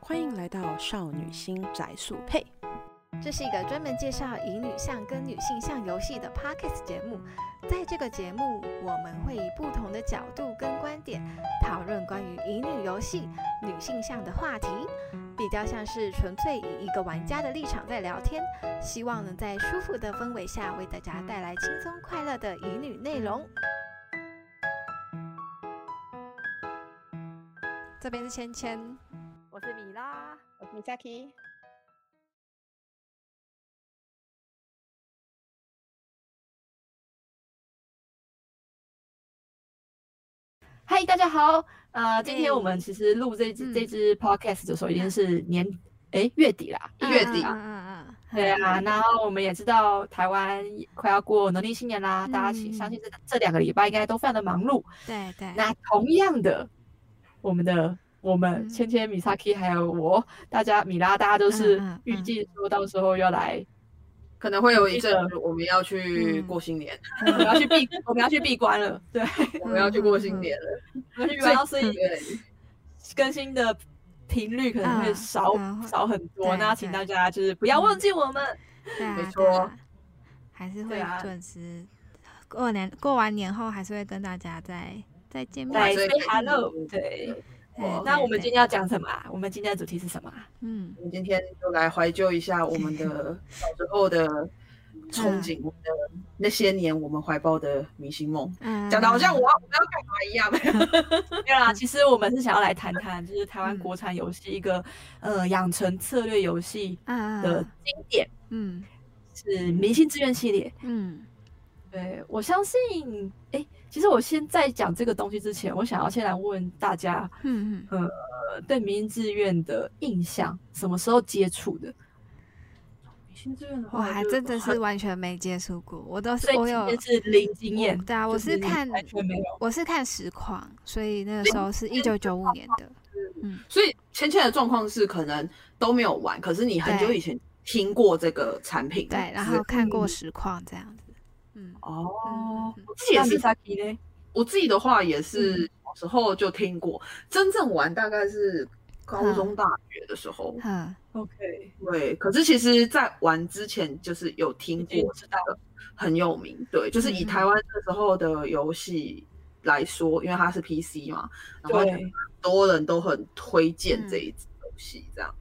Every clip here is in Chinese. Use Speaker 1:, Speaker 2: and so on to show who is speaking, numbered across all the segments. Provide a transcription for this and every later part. Speaker 1: 欢迎来到少女心宅速配。
Speaker 2: 这是一个专门介绍以女向跟女性向游戏的 Podcast 节目。在这个节目，我们会以不同的角度跟观点，讨论关于乙女游戏、女性向的话题，比较像是纯粹以一个玩家的立场在聊天。希望能在舒服的氛围下，为大家带来轻松快乐的乙女内容。这边是芊芊，
Speaker 3: 我是米拉，
Speaker 4: 我是 Misaki。
Speaker 3: 嗨，大家好，呃，今天我们
Speaker 2: 哎
Speaker 3: 其实录这支、这
Speaker 2: 嗯
Speaker 3: 支 podcast 的时候已经是年哎月底啦，
Speaker 4: 一月底
Speaker 2: 嗯嗯嗯，
Speaker 3: 对啊，然后我们也知道台湾快要过农历新年啦，大家
Speaker 2: 嗯
Speaker 3: 请相信这这两个礼拜应该都非常的忙碌。
Speaker 2: 对对。
Speaker 3: 那同样的，我们的我
Speaker 2: 嗯
Speaker 3: 们芊芊、米萨 K 还有我，大家米拉，大家都是
Speaker 2: 嗯嗯
Speaker 3: 预
Speaker 2: 嗯
Speaker 3: 计说到时候要来，
Speaker 4: 可能会有一
Speaker 3: 记
Speaker 4: 阵
Speaker 3: 得
Speaker 4: 子我们要去
Speaker 2: 嗯
Speaker 4: 过新年，
Speaker 3: 我们要去闭，我们要去闭关了，对，
Speaker 4: 我们要去过新年了，
Speaker 2: 嗯
Speaker 3: 我们去闭关，所以
Speaker 4: 对，
Speaker 3: 更新的频率可能
Speaker 2: 啊
Speaker 3: 会少、
Speaker 2: 啊会
Speaker 3: 少很多。
Speaker 2: 对嗯
Speaker 3: 那请
Speaker 2: 对
Speaker 3: 大家就是不要忘记我们。
Speaker 2: 对啊，
Speaker 4: 没
Speaker 2: 对
Speaker 4: 错
Speaker 2: 啊，还是
Speaker 3: 对
Speaker 2: 会
Speaker 3: 啊
Speaker 2: 准时。过年过完年后，还是会跟大家再再见面。
Speaker 3: 在
Speaker 4: 所以
Speaker 3: say
Speaker 4: 可以
Speaker 3: hello，
Speaker 4: 嗯
Speaker 3: 对。哦
Speaker 2: 对
Speaker 3: 那
Speaker 2: 对
Speaker 3: 我们今
Speaker 2: 对
Speaker 3: 天要讲什么、啊？我们今天的主题是什么、啊？
Speaker 2: 嗯
Speaker 4: 我们今天就来怀旧一下我们的小时候的憧
Speaker 1: 嗯
Speaker 4: 憬，我们的那些年我们怀抱的明星梦。
Speaker 2: 嗯，
Speaker 4: 讲的好像我要我要干嘛一样，
Speaker 3: 没有啦，其实我们是想要来谈谈，就是台湾
Speaker 2: 嗯
Speaker 3: 国产游戏一个、呃养成策略游戏
Speaker 2: 嗯
Speaker 3: 的
Speaker 2: 嗯
Speaker 3: 经典，
Speaker 2: 嗯
Speaker 3: 是《明星志愿》系列。
Speaker 2: 嗯
Speaker 3: 对我相信，哎、其实我先在讲这个东西之前，我想要先来问大家，
Speaker 2: 嗯嗯，
Speaker 3: 呃，对《明星志愿》的印象，什么时候接触的？明星志愿的
Speaker 2: 我还真的是完全没接触过，我都是
Speaker 3: 所以
Speaker 2: 我
Speaker 3: 今
Speaker 2: 有
Speaker 3: 天是零经验
Speaker 2: 我。对啊，
Speaker 3: 就
Speaker 2: 我是
Speaker 3: 你
Speaker 2: 看
Speaker 3: 完全没有。
Speaker 2: 我是看实况，所以那个时候是一九九五年的。
Speaker 4: 所以芊芊的状况是可能都没有玩，可是你很久
Speaker 2: 对
Speaker 4: 以前听过这个产品，
Speaker 2: 对，然
Speaker 4: 是
Speaker 2: 后看
Speaker 3: 嗯
Speaker 2: 过实况这样子。嗯
Speaker 4: 哦，
Speaker 2: 嗯
Speaker 4: 我自己也是
Speaker 3: 萨基嘞，
Speaker 4: 我自己的话也是小时候就听过，真正玩大概是高
Speaker 1: 嗯
Speaker 4: 中、大学的时候。
Speaker 2: 嗯
Speaker 3: OK，
Speaker 4: 对，可是其实，在玩之前就是有听
Speaker 3: 已经
Speaker 4: 过，知道很有名。对，就是
Speaker 5: 嗯
Speaker 4: 以台湾那时候的游戏来说，因为它是 PC 嘛，然后很
Speaker 3: 对。
Speaker 4: 多人都很推荐
Speaker 2: 嗯
Speaker 4: 这一支游戏，这样。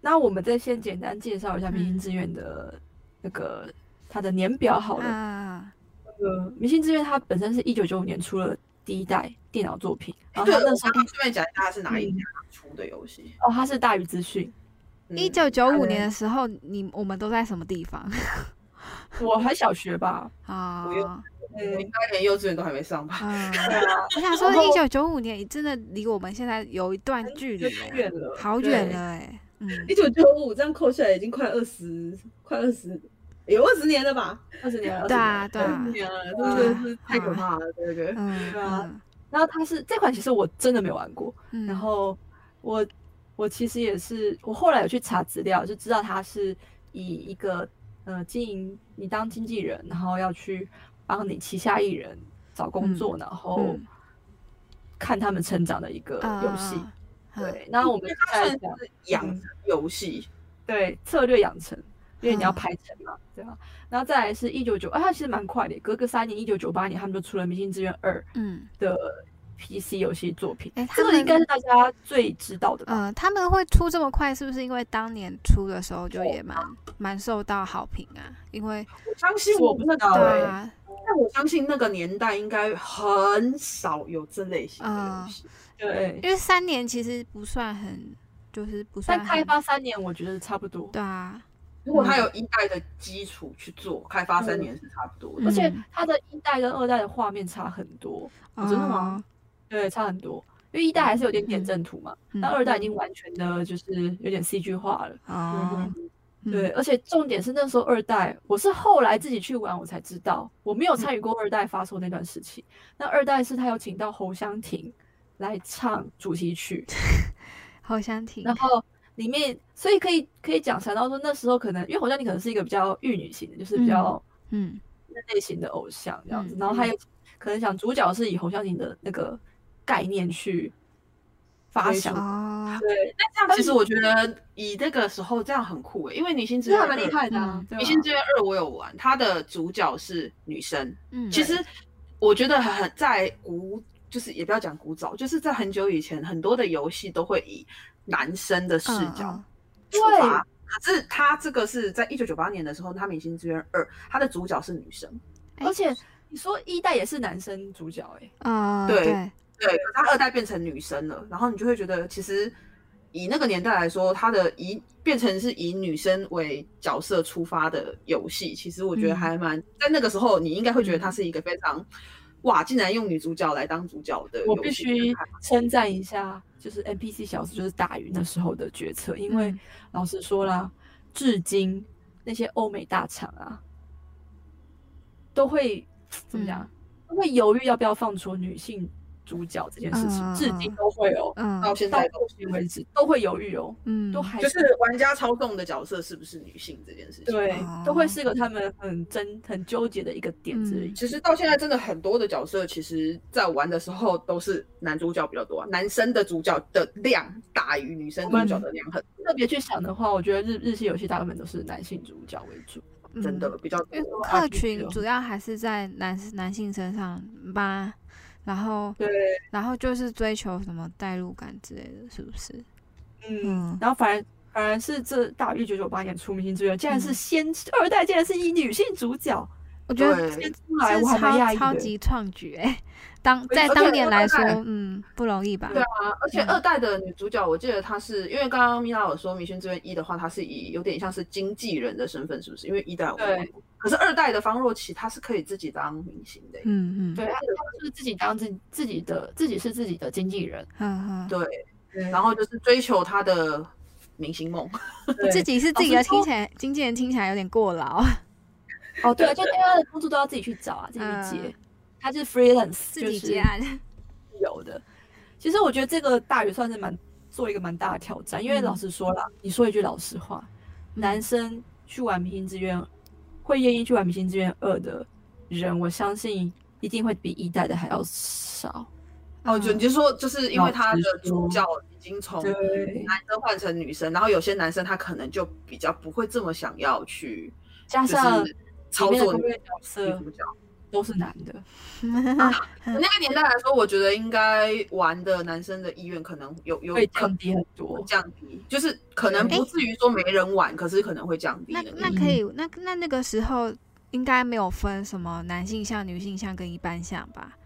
Speaker 3: 那我们再先简单介绍一下
Speaker 2: 嗯
Speaker 3: 明星志愿的那个它的年表好了。
Speaker 2: 嗯
Speaker 3: 呃，明星志愿它本身是一九九五年出了第一代电脑作品，
Speaker 2: 哎
Speaker 3: 然
Speaker 5: 哦
Speaker 3: 后
Speaker 4: 对，
Speaker 3: 它
Speaker 4: 我
Speaker 3: 那时候
Speaker 4: 刚刚顺便讲一下它是哪
Speaker 5: 嗯
Speaker 4: 一家出的游戏。
Speaker 3: 哦，它是大宇资讯，
Speaker 4: 嗯
Speaker 2: 一九九五年的时候，你我们都在什么地方
Speaker 3: 我还小学 吧。
Speaker 2: 啊？
Speaker 4: 我有 我应该连幼稚园都还没上吧？
Speaker 2: 嗯，
Speaker 3: 对啊，
Speaker 2: 我想说，一九九五年真的离我们现在有一段距离欸、
Speaker 3: 远了，
Speaker 2: 好
Speaker 3: 对
Speaker 2: 远了。哎、嗯，
Speaker 5: 一九九五这样扣下来已经快二十，快二十，有二十年了吧？
Speaker 3: 二十年了。
Speaker 2: 对啊，
Speaker 3: 20年了
Speaker 2: 对啊，
Speaker 4: 年了，
Speaker 2: 对
Speaker 4: 真的是太可怕了，这个。
Speaker 2: 嗯，
Speaker 3: 对啊
Speaker 2: 嗯
Speaker 3: 然后它是这款，其实我真的没玩过。
Speaker 2: 嗯，
Speaker 3: 然后我我其实也是，我后来有去查资料，就知道他是以一个呃经营你当经纪人，然后要去帮你旗下艺人找工作，然后
Speaker 2: 嗯
Speaker 3: 看他们成长的一个
Speaker 2: 啊
Speaker 3: 游戏。，
Speaker 2: 嗯，
Speaker 3: 对，那我
Speaker 4: 因为
Speaker 3: 们接
Speaker 4: 它
Speaker 3: 下
Speaker 4: 算
Speaker 3: 来讲
Speaker 4: 是养成游戏，
Speaker 3: 对策略养成。因为你要
Speaker 2: 嗯
Speaker 3: 排程嘛，对啊，然后再来是一九九，啊，它其实蛮快的，隔个三年，一九九八年他们就出了《明星志愿二
Speaker 2: 嗯》
Speaker 3: 的 PC 游戏作品，
Speaker 2: 哎
Speaker 3: 这
Speaker 2: 他
Speaker 3: 个应该
Speaker 2: 们
Speaker 3: 是大家最知道的吧？
Speaker 2: 嗯，他们会出这么快，是不是因为当年出的时候就也蛮蛮受到好评啊？因为
Speaker 4: 我相信
Speaker 3: 我不知道
Speaker 2: 对
Speaker 4: 欸
Speaker 3: 哎、
Speaker 5: 欸
Speaker 2: 啊，
Speaker 4: 但我相信那个年代应该很少有这类型的
Speaker 6: 啊
Speaker 4: 游戏。
Speaker 3: 对，
Speaker 2: 因为三年其实不算很，就是不算
Speaker 3: 但开
Speaker 2: 很
Speaker 3: 发三年，我觉得差不多。
Speaker 2: 对啊，
Speaker 4: 如果
Speaker 6: 嗯
Speaker 4: 它有一代的基础去做，开发三年是差不多的。
Speaker 3: 而且
Speaker 2: 嗯
Speaker 3: 它的一代跟二代的画面差很多，
Speaker 2: 哦
Speaker 3: 真的吗？对，差很多。因为一代还是有点点阵图嘛，
Speaker 2: 嗯
Speaker 3: 那、二代已经完全的就是有点 CG 化了。
Speaker 2: 哦，嗯
Speaker 3: 对，，而且重点是那时候二代，我是后来自己去玩我才知道，我
Speaker 2: 嗯
Speaker 3: 没有参与过二代发售那段时期。那二代是他有请到侯湘婷来唱主 题曲，
Speaker 2: 好想听，
Speaker 3: 然后里面所以可以可以讲想到说那时候可能因为侯湘婷可能是一个比较玉女型的，就是比较。
Speaker 2: 嗯
Speaker 3: 类型的偶像这样子，
Speaker 2: 嗯
Speaker 3: 然后还有可能想主角是以侯孝贤的那个概念去发
Speaker 4: 没
Speaker 3: 想
Speaker 4: 错。
Speaker 6: 哦，
Speaker 3: 对，
Speaker 4: 那这样其实我觉得以那个时候这样很酷欸诶，因为《你心之
Speaker 3: 这
Speaker 4: 约
Speaker 3: 还
Speaker 4: 二
Speaker 3: 蛮》厉害的啊
Speaker 6: 嗯。
Speaker 3: 对
Speaker 4: 《你
Speaker 3: 吧
Speaker 4: 心之约二》我有玩，它的主角是女生。
Speaker 6: 嗯，
Speaker 4: 其实我觉得很在古，就是也不要讲古早，就是在很久以前，很多的游戏都会以男生的视
Speaker 6: 嗯
Speaker 4: 角
Speaker 6: 嗯
Speaker 4: 出
Speaker 3: 对
Speaker 4: 发。可是它这个是在一九九八年的时候，它《明星之约二》，它的主角是女生，
Speaker 6: 哎
Speaker 3: 而且你说一代也是男生主角哎、
Speaker 6: 嗯
Speaker 4: 对
Speaker 6: 对，
Speaker 4: 对，可是它二代变成女生了，然后你就会觉得，其实以那个年代来说，它的以变成是以女生为角色出发的游戏，其实我觉得
Speaker 6: 嗯
Speaker 4: 还蛮、在那个时候，你应该会觉得它是一个非常、哇，竟然用女主角来当主角的游戏，
Speaker 3: 我必须
Speaker 4: 还蛮
Speaker 3: 称赞一下，就是 NPC 小子，就是大鱼那时候的决策，因为
Speaker 6: 嗯
Speaker 3: 老实说啦，至今那些欧美大厂啊，都会怎么讲，啊都会犹豫要不要放出女性主角这件事情，
Speaker 6: 嗯
Speaker 3: 至今都会哦，
Speaker 4: 到
Speaker 6: 嗯
Speaker 4: 现
Speaker 3: 到
Speaker 4: 在
Speaker 3: 目前为止都会犹豫哦，
Speaker 6: 嗯，
Speaker 3: 都还
Speaker 4: 就是玩家操纵的角色是不是女性这件事情。啊
Speaker 3: 对，都
Speaker 6: 哦
Speaker 3: 会是个他们很争、很纠结的一个点之一。
Speaker 6: 嗯
Speaker 4: 其实到现在，真的很多的角色，其实在玩的时候都是男主角比较多、啊，男生的主角的量大于女生主角的量很
Speaker 6: 嗯
Speaker 3: 特别去想的话，我觉得日日系游戏大部分都是男性主角为主。
Speaker 4: 真的
Speaker 6: 嗯
Speaker 4: 比较
Speaker 6: 因为
Speaker 4: 多啊。
Speaker 6: 客
Speaker 3: 比
Speaker 6: 群
Speaker 3: 较
Speaker 6: 主要还是在男男性身上吧，然后
Speaker 3: 对，
Speaker 6: 然后就是追求什么代入感之类的，是不是？
Speaker 3: 嗯，
Speaker 6: 嗯，
Speaker 3: 然后反而反而是这大于九九八年出明星之约，竟然
Speaker 6: 嗯
Speaker 3: 是先、二代，竟然是以女性主角
Speaker 6: 我觉得
Speaker 4: 对
Speaker 3: 先出来，我
Speaker 6: 是
Speaker 3: 还蛮讶
Speaker 6: 超
Speaker 3: 异
Speaker 6: 超
Speaker 3: 的
Speaker 6: 级创举哎、当在
Speaker 4: 而
Speaker 6: 当
Speaker 4: 且
Speaker 6: 年
Speaker 4: 二
Speaker 6: 来说
Speaker 4: 代，
Speaker 6: 嗯，不容易吧？
Speaker 4: 对啊，而且
Speaker 6: 嗯
Speaker 4: 二代的女主角，我记得她是因为刚刚米拉有说《明轩之约一》的话，她是以有点像是经纪人的身份，是不是？因为一代我没玩过，可是二代的方若琪她是可以自己当明星的耶。
Speaker 6: 嗯嗯，
Speaker 3: 对，他他就是自己当自自己的自己是自己的经纪人，
Speaker 6: 嗯嗯，
Speaker 4: 对，
Speaker 3: 对
Speaker 4: 然后就是追求她的明星梦。
Speaker 3: 嗯
Speaker 6: 自己是自己
Speaker 3: 老
Speaker 6: 的，
Speaker 3: 实说
Speaker 6: 听起来经纪人听起来有点过劳，
Speaker 3: 哦对，就大家的工作都要自己去找啊，自己去接，他是 freelance，
Speaker 6: 嗯自
Speaker 3: 就
Speaker 6: 己
Speaker 3: 是
Speaker 6: 接案，
Speaker 3: 有的。其实我觉得这个大鱼算是蛮做一个蛮大的挑战，因为
Speaker 6: 嗯
Speaker 3: 老实说啦，你说一句老实话， 男生去玩《明星志愿》，会愿意去玩《明星志愿二》的人，我相信一定会比一代的还要少。
Speaker 4: 哦，就你就说，就是因为她的主
Speaker 3: 老实
Speaker 4: 角已经从
Speaker 3: 对，
Speaker 4: 男生换成女生，然后有些男生他可能就比较不会这么想要去
Speaker 3: 加
Speaker 4: 就是
Speaker 3: 上
Speaker 4: 操
Speaker 3: 里面的
Speaker 4: 作
Speaker 3: 攻
Speaker 4: 女
Speaker 3: 略角色
Speaker 4: 主角。
Speaker 3: 都是男的，
Speaker 4: 那个年代来说，我觉得应该玩的男生的意愿可能有有
Speaker 3: 会
Speaker 4: 可
Speaker 3: 降低很
Speaker 4: 会
Speaker 6: 哦
Speaker 3: 多。
Speaker 4: 降低，就是可能
Speaker 3: 对
Speaker 4: 不至于说没人玩，可是可能会降低
Speaker 6: 那
Speaker 4: 的
Speaker 6: 那
Speaker 4: 意
Speaker 3: 嗯
Speaker 6: 可以，那那那个时候应该没有分什么男性向、女性向跟一般向吧？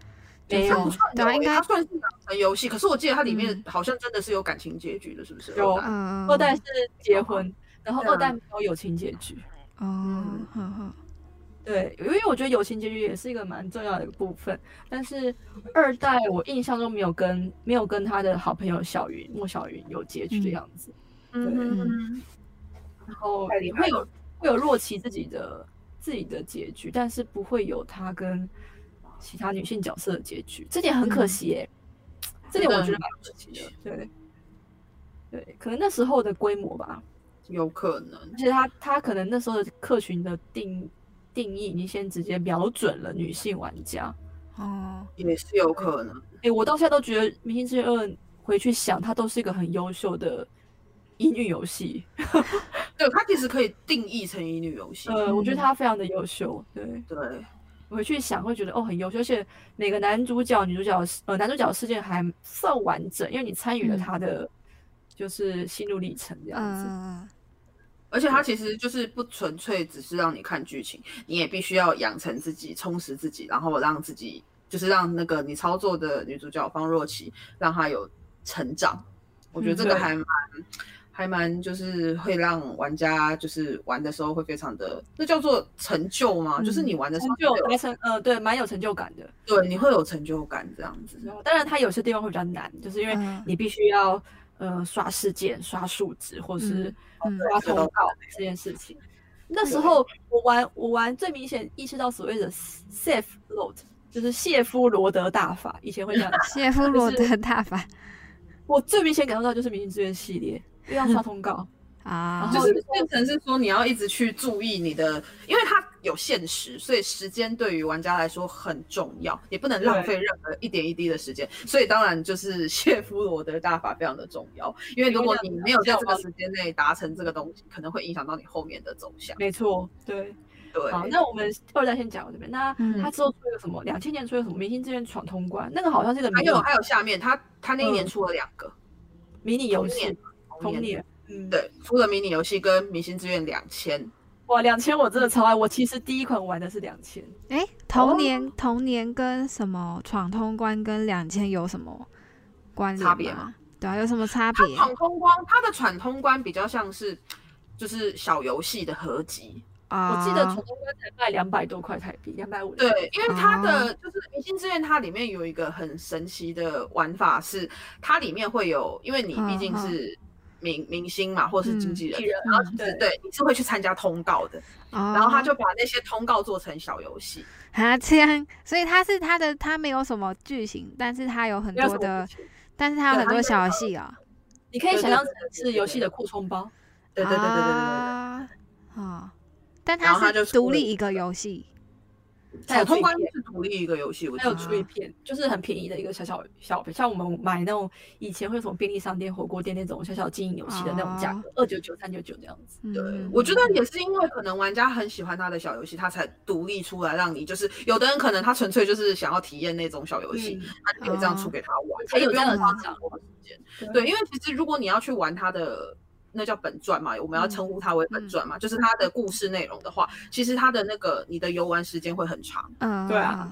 Speaker 3: 没
Speaker 6: 就是
Speaker 4: 愿。它不
Speaker 3: 有
Speaker 4: 算
Speaker 6: 对啊应该
Speaker 4: 它算是养成游戏，可是我记得它里面
Speaker 6: 嗯
Speaker 4: 好像真的是有感情结局的，是不是？
Speaker 3: 有
Speaker 4: 嗯
Speaker 6: 嗯，
Speaker 3: 二代是结婚，然后
Speaker 4: 对啊
Speaker 3: 二代没有友情结局。
Speaker 6: 哦，嗯嗯
Speaker 3: 对，因为我觉得友情结局也是一个蛮重要的一个部分，但是二代我印象中没有跟没有跟他的好朋友小云莫小云有结局的
Speaker 6: 嗯
Speaker 3: 样子，
Speaker 4: 嗯
Speaker 6: 嗯
Speaker 4: 嗯，
Speaker 3: 然后
Speaker 4: 太厉
Speaker 3: 会
Speaker 4: 害
Speaker 3: 有会有若琪自己的自己的结局，但是不会有他跟其他女性角色的结局，这点很
Speaker 4: 嗯
Speaker 3: 可惜耶、这点我觉得蛮可惜的，对，对，可能那时候的规模吧，
Speaker 4: 有可能
Speaker 3: 而。且他他可能那时候的客群的定定义已经先直接瞄准了女性玩家。
Speaker 6: 嗯，哦，
Speaker 4: 也是有可能，
Speaker 3: 诶，哎我到现在都觉得《明星志愿二》回去想，它都是一个很优秀的音乐游戏。
Speaker 4: 对它其实可以定义成乙女游戏，
Speaker 3: 呃，我觉得
Speaker 6: 嗯
Speaker 3: 它非常的优秀。对，
Speaker 4: 对，
Speaker 3: 我回去想会觉得哦很优秀，而且每个男主角、女主角的事呃男主角的事件还算完整，因为你参与了
Speaker 6: 嗯
Speaker 3: 他的、就是心路历程这样子。
Speaker 6: 嗯，
Speaker 4: 而且它其实就是不纯粹只是让你看剧情，你也必须要养成自己，充实自己，然后让自己就是让那个你操作的女主角方若琪，让她有成长。我觉得这个
Speaker 3: 嗯对
Speaker 4: 还蛮、还蛮就是会让玩家就是玩的时候会非常的，那叫做成就吗？
Speaker 6: 嗯
Speaker 4: 就是你玩的时
Speaker 3: 成
Speaker 4: 候
Speaker 3: 就
Speaker 4: 会有
Speaker 3: 达成，呃，对，蛮有成就感的。
Speaker 4: 对你会有成就感这样子。
Speaker 3: 当然，它有些地方会比较难，就是因为
Speaker 6: 嗯
Speaker 3: 你必须要呃刷事件、刷数值，或是
Speaker 6: 嗯
Speaker 3: 刷通告这件事情。那时候我玩我玩最明显意识到所谓的 safe load，就是谢夫罗德大法，以前 会这样讲。
Speaker 6: 谢夫罗德大法
Speaker 3: 我最明显感受到就是《明星志愿》系列，因为要刷通告，
Speaker 6: 啊，
Speaker 3: 然
Speaker 4: 哦就
Speaker 3: 后
Speaker 4: 是变成是说你要一直去注意你的，因为它有限时，所以时间对于玩家来说很重要，也不能浪费任何一点一滴的时间。所以当然就是谢夫罗德大法非常的重要，因为如果你没有在这个时间内达成这个东西，可能会影响到你后面的走向。
Speaker 3: 没错，对。
Speaker 4: 对，
Speaker 3: 好，那我们报价先讲到这边。那
Speaker 2: 嗯
Speaker 3: 他之后出了什么？两千年出了什么《明星志愿闯通关》？那个好像是个
Speaker 4: 还
Speaker 3: 迷你
Speaker 4: 有还有下面他他那一年
Speaker 3: 嗯
Speaker 4: 出了两个，
Speaker 3: 迷你游戏，
Speaker 4: 同
Speaker 3: 童
Speaker 4: 年
Speaker 3: 年。嗯，
Speaker 4: 对，出了迷你游戏跟《明星志愿两千》，
Speaker 3: 哇，两千我真的超爱。我其实第一款玩的是两千，
Speaker 6: 哎，童年、童年跟什么闯通关跟两千有什么关联
Speaker 4: 差别
Speaker 6: 吗
Speaker 4: 吗？
Speaker 6: 对啊，有什么差
Speaker 4: 它
Speaker 6: 别？
Speaker 4: 闯通关，它的闯通关比较像是就是小游戏的合集。
Speaker 6: 啊，
Speaker 3: 我记得闯通关才卖两百多块台币，两百五。
Speaker 4: 对，因为它
Speaker 3: 哦
Speaker 4: 的就是《明星志愿》，它里面有一个很神奇的玩法是，它里面会有，因为你毕竟是明明星嘛，或是经纪人
Speaker 3: 嗯艺，人，
Speaker 4: 然后就是
Speaker 3: 嗯对，
Speaker 4: 对你是会去参加通告的，
Speaker 6: 哦，
Speaker 4: 然后他就把那些通告做成小游戏。
Speaker 6: 啊这样，所以它是它的它没有什么剧情，但是它有很
Speaker 3: 没有
Speaker 6: 多
Speaker 3: 什么
Speaker 6: 的
Speaker 3: 剧，情
Speaker 6: 但是它有
Speaker 4: 对
Speaker 6: 很
Speaker 4: 它
Speaker 6: 多
Speaker 4: 有
Speaker 6: 小游戏啊。
Speaker 3: 你可以想象成
Speaker 4: 对对
Speaker 3: 是
Speaker 4: 对
Speaker 3: 游戏的扩充包。
Speaker 4: 对对对对对对对
Speaker 6: 啊哦但
Speaker 4: 然后
Speaker 6: 它
Speaker 4: 它就是出
Speaker 6: 独
Speaker 4: 了
Speaker 6: 立一个游戏
Speaker 4: 对，闯通关是独立一个游戏，我记
Speaker 3: 还有
Speaker 4: 得。
Speaker 3: 出一片，就是很便宜的一个小小小，像我们买那种以前会有什么便利商店、火锅店那种小小经营游戏的那种价
Speaker 4: 啊
Speaker 3: 格，二九九、三九九这样子。
Speaker 6: 嗯。
Speaker 4: 对
Speaker 6: 嗯，
Speaker 4: 我觉得
Speaker 6: 嗯
Speaker 4: 也是因为可能玩家很喜欢他的小游戏，他才独立出来让你就是，有的人可能他纯粹就是想要体验那种小游戏，他就可以这样出给他玩，他
Speaker 3: 才
Speaker 4: 也
Speaker 3: 嗯
Speaker 4: 不
Speaker 3: 哦有这
Speaker 4: 用
Speaker 3: 样的
Speaker 4: 花
Speaker 3: 市
Speaker 4: 很
Speaker 3: 场
Speaker 4: 多时间。对，因为其实如果你要去玩他的。那叫本传嘛，我们要
Speaker 6: 嗯
Speaker 4: 称呼它为本传嘛，就是它的故事内容的话，其实它的那个你的游玩时间会很长，
Speaker 6: 嗯，
Speaker 3: 对啊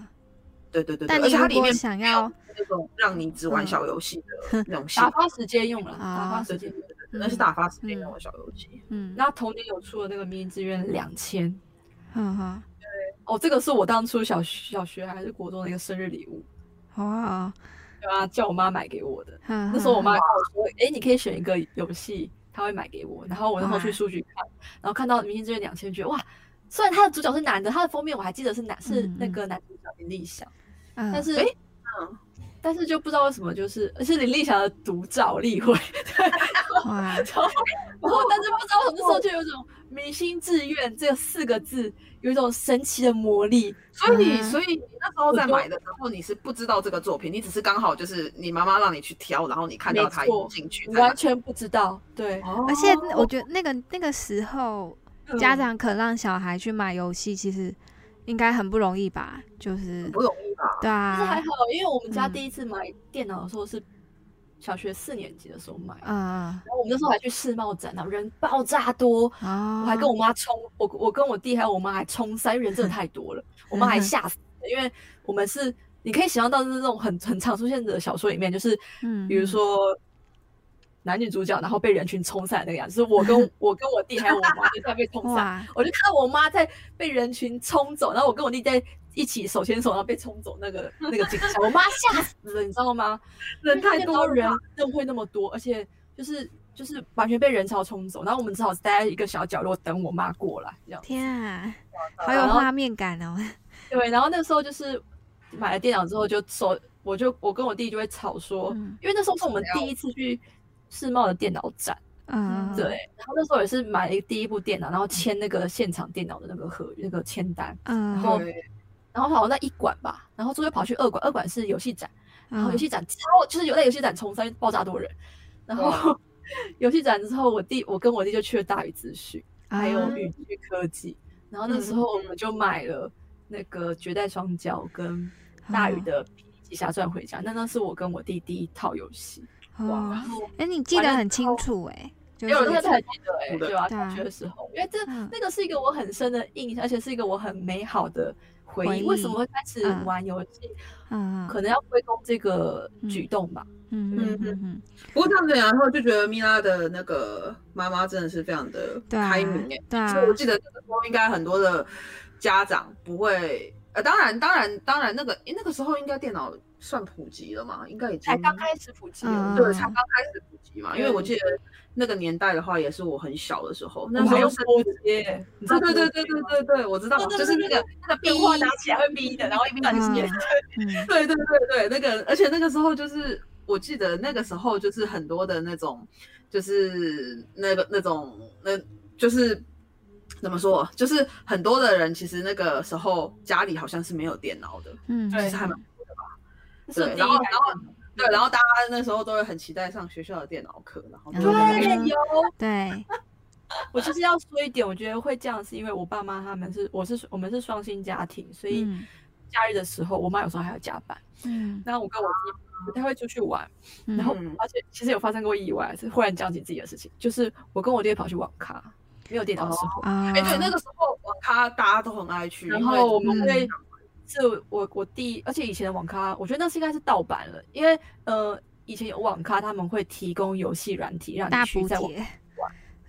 Speaker 4: 对对对对，
Speaker 6: 但
Speaker 4: 而
Speaker 6: 你
Speaker 4: 且它
Speaker 6: 如
Speaker 4: 里
Speaker 6: 果
Speaker 4: 面
Speaker 6: 想
Speaker 4: 没有
Speaker 6: 要，
Speaker 4: 那种让你只玩
Speaker 6: 嗯
Speaker 4: 小游戏的那种系
Speaker 3: 打
Speaker 4: 统，
Speaker 3: 发时间用了，
Speaker 6: 啊
Speaker 3: 打发时
Speaker 4: 对
Speaker 3: 间
Speaker 4: 对
Speaker 3: 用。
Speaker 4: 对，对对那是打发时间用的小游戏。
Speaker 6: 嗯，
Speaker 3: 那童年有出的那个《命运志愿》两千，
Speaker 6: 嗯哼，
Speaker 3: 哦，这个是我当初小小学还是国中的一个生日礼物，
Speaker 6: 哇，哦嗯
Speaker 3: 对啊，叫我妈买给我的。
Speaker 6: 那
Speaker 3: 那时候我妈
Speaker 4: 啊
Speaker 3: 跟我说，哎，你可以选一个游戏，她会买给我。然后我那时
Speaker 4: 啊
Speaker 3: 候
Speaker 6: 哇
Speaker 3: 去书局看，然后看到《明星志愿》两千，觉得哇，虽然它的主角是男的，它的封面我还记得是男是那
Speaker 6: 嗯嗯
Speaker 3: 个男主角林立祥。但
Speaker 6: 但
Speaker 3: 是，
Speaker 4: 嗯诶
Speaker 3: 嗯，但是就不知道为什么，就是而且林立祥的独照例会，
Speaker 6: 哇，哦
Speaker 3: 然后但是不知道为什么那时候就有一种“明星志愿”这四个字，有一种神奇的魔力。
Speaker 4: 所以，啊
Speaker 6: 嗯
Speaker 4: 所以你那时候在
Speaker 3: 我就
Speaker 4: 买的时候，你是不知道这个作品，你只是刚好就是你妈妈让你去挑，然后你看到它
Speaker 3: 没错
Speaker 4: 有进去
Speaker 3: 我
Speaker 4: 才买，哦
Speaker 3: 完全不知道，对，
Speaker 6: 而且我觉得那个那个时候，
Speaker 4: 嗯
Speaker 6: 家长肯让小孩去买游戏，其实应该很不容易吧？就是
Speaker 4: 不容易吧？
Speaker 6: 对
Speaker 3: 但是
Speaker 6: 啊，
Speaker 3: 还好，因为我们家
Speaker 6: 嗯
Speaker 3: 第一次买电脑的时候是小学四年级的时候买，然
Speaker 6: 嗯，
Speaker 3: 后我们那时候还去世贸展，然后人爆炸多，
Speaker 6: 哦，
Speaker 3: 我还跟我妈冲，我我跟我弟还有我妈还冲山，因为人真 的太多了，我妈还吓死了，因为我们是你可以想象到就是那种很很常出现的小说里面，就是
Speaker 6: 嗯
Speaker 3: 比如说男女主角然后被人群冲散的那个样子，就是 我跟我跟我弟还有我妈就在被冲散，
Speaker 6: 哇，
Speaker 3: 我就看到我妈在被人群冲走，然后我跟我弟在。一起手牵手，然后被冲走那个那个景象，我妈吓死了，你知道吗？
Speaker 5: 人太多了
Speaker 3: 人真会那么多，而且就是就是完全被人潮冲走，然后我们只好待在一个小角落等我妈过来这样。
Speaker 6: 天啊，好有
Speaker 3: 然后
Speaker 6: 画面感哦，
Speaker 3: 对，然后那时候就是买了电脑之后就手，我就我跟我弟就会吵说，
Speaker 6: 嗯
Speaker 3: 因为那时候是我们第一次去世贸的电脑展，
Speaker 6: 嗯，
Speaker 3: 对，，然后那时候也是买了第一部电脑，然后签那个现场电脑的那个合那个签单，
Speaker 6: 嗯，
Speaker 3: 然后然后好像在一馆吧，然后最后跑去二馆，二馆是游戏展。
Speaker 6: 嗯
Speaker 3: 然后游戏展超就是有在游戏展冲上爆炸多人，然后 游戏展之后，我弟我跟我弟就去了大宇资讯，还有
Speaker 6: 啊
Speaker 3: 宇居科技，然后那时候我们就买了那个绝代双骄跟大宇
Speaker 6: 啊
Speaker 3: 的《霹雳侠传》回家，那那是我跟我弟第一套游戏，
Speaker 6: 哦
Speaker 3: 然后
Speaker 6: 哎，你记
Speaker 3: 完
Speaker 6: 得
Speaker 3: 了
Speaker 6: 很
Speaker 3: 之
Speaker 6: 清
Speaker 3: 后
Speaker 6: 楚哎，就
Speaker 3: 因为我那
Speaker 6: 是
Speaker 3: 时候还记得哎、
Speaker 4: 对
Speaker 3: 对吧、
Speaker 6: 对
Speaker 3: 小
Speaker 6: 啊
Speaker 3: 学的时候，因为这、
Speaker 6: 嗯
Speaker 3: 那个是一个我很深的印象，而且是一个我很美好的回忆。
Speaker 6: 回忆
Speaker 3: 为什么会开始
Speaker 6: 嗯
Speaker 3: 玩游戏？
Speaker 6: 嗯
Speaker 3: 可能要归功这个举
Speaker 6: 嗯
Speaker 3: 动吧。
Speaker 6: 嗯嗯嗯嗯，
Speaker 4: 不过这样子讲，然后就觉得米拉的那个妈妈真的是非常的
Speaker 6: 对啊
Speaker 4: 开明哎、
Speaker 6: 对啊
Speaker 3: 嗯
Speaker 4: 所以我记得那个时候应该很多的家长不会，呃，当然，当然，当然，那个诶那个时候应该电脑算普及了嘛，应该已经
Speaker 3: 才刚开始普及，
Speaker 6: 嗯
Speaker 4: 对，才刚开始普及嘛，因为
Speaker 3: 对
Speaker 4: 我记得那个年代的话，也是我很小的时候，
Speaker 3: 我
Speaker 4: 那
Speaker 3: 们
Speaker 4: 时候
Speaker 3: 还用
Speaker 4: 甚
Speaker 3: 波
Speaker 4: 至
Speaker 3: 接，你知道
Speaker 4: 对对对对
Speaker 3: 波接
Speaker 4: 对
Speaker 3: 吗
Speaker 4: 对对，我知道，
Speaker 3: 哦对对
Speaker 4: 就是
Speaker 3: 对
Speaker 4: 那
Speaker 3: 对
Speaker 4: 个那个
Speaker 3: 电话
Speaker 4: 哔
Speaker 3: 拿起来会逼的，然后一不小心接
Speaker 6: 嗯。嗯
Speaker 4: 对对对对，那个，而且那个时候就是，我记得那个时候就是很多的那种，就是那个那种，那就是怎么说，就是很多的人其实那个时候家里好像是没有电脑的，
Speaker 2: 嗯，
Speaker 4: 其
Speaker 3: 对
Speaker 4: 实还蛮
Speaker 3: 这 是我
Speaker 4: 对。
Speaker 3: 第
Speaker 4: 然后
Speaker 3: 一台
Speaker 4: 然后对，然后大家那时候都会很期待上学校的电脑课，然后就
Speaker 6: 对
Speaker 3: 对
Speaker 6: 嗯
Speaker 3: 有，
Speaker 6: 对，
Speaker 3: 我就是要说一点，我觉得会这样是因为我爸妈他们是我是我们是双薪家庭，所以
Speaker 2: 嗯
Speaker 3: 假日的时候我妈有时候还要加班，
Speaker 2: 嗯，
Speaker 3: 然后我跟我弟不太会出去玩，
Speaker 2: 然
Speaker 3: 然后
Speaker 4: 嗯
Speaker 3: 而且其实有发生过意外，是忽然讲起自己的事情，就是我跟我爹跑去网咖，没有电脑的时候，
Speaker 2: 啊，
Speaker 4: 哎、对，那个时候网咖大家都很爱去，
Speaker 3: 然
Speaker 4: 因为
Speaker 3: 后我们
Speaker 6: 嗯
Speaker 3: 会。是我我弟，而且以前的网咖，我觉得那是应该是盗版了，因为呃以前有网咖他们会提供游戏软体让你
Speaker 6: 大
Speaker 3: 去
Speaker 6: 补
Speaker 3: 在网
Speaker 6: 贴，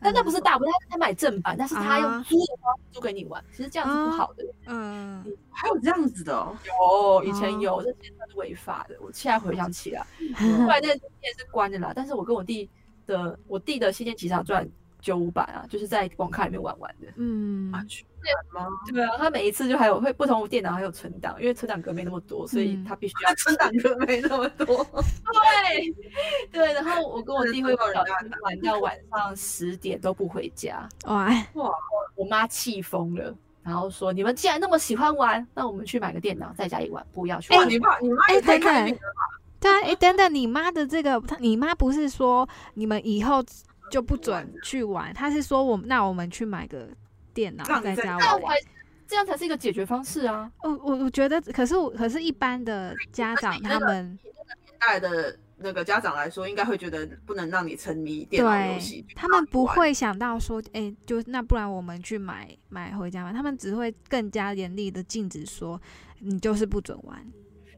Speaker 3: 但那不是大不，他他买正版，但是他
Speaker 2: 啊
Speaker 3: 用租的方式租给你玩，其实这样是不好的。
Speaker 2: 嗯，
Speaker 4: 还有这样子的、 哦，
Speaker 3: 有以前有，这些都是违法的。我现在回想起来，
Speaker 4: 嗯
Speaker 3: 后来那个店是关的啦。但是我跟我弟的，我弟的《仙剑奇侠传》九五版啊，就是在网咖里面玩玩的。
Speaker 2: 嗯
Speaker 4: 啊，去
Speaker 3: 对啊，他每一次就还有会不同电脑还有存档，因为存档格没那么多，所以
Speaker 2: 嗯
Speaker 3: 他必须要
Speaker 4: 存档课没那么多，
Speaker 3: 对对。然后我跟我弟会不
Speaker 4: 真的
Speaker 3: 小
Speaker 4: 是
Speaker 3: 心玩到晚上十点都不回家。
Speaker 2: 哇，
Speaker 3: 我妈气疯了，然后说：“你们既然那么喜欢玩，那我们去买个电脑在家里玩，不要去
Speaker 4: 哇，
Speaker 3: 玩。
Speaker 4: 你爸你妈
Speaker 2: 哎
Speaker 4: 也太
Speaker 2: 等
Speaker 4: 看
Speaker 2: 等
Speaker 4: 你了，
Speaker 2: 对啊，哎，等等，你妈的这个，她你妈不是说你们以后就不准去玩，她是说我们那我们去买个电脑
Speaker 4: 让你
Speaker 2: 在
Speaker 4: 在
Speaker 2: 家
Speaker 4: 家
Speaker 2: 玩
Speaker 3: 那。才这样才是一个解决方式啊！
Speaker 2: 我我我觉得，可是我可是一般的家长
Speaker 4: 那
Speaker 2: 他
Speaker 4: 个
Speaker 2: 们
Speaker 4: 年代的那个家长来说，应该会觉得不能让你沉迷电脑游戏
Speaker 2: 对，，他们不会想到说，哎、就那不然我们去买买回家吧。他们只会更加严厉的禁止说，你就是不准玩。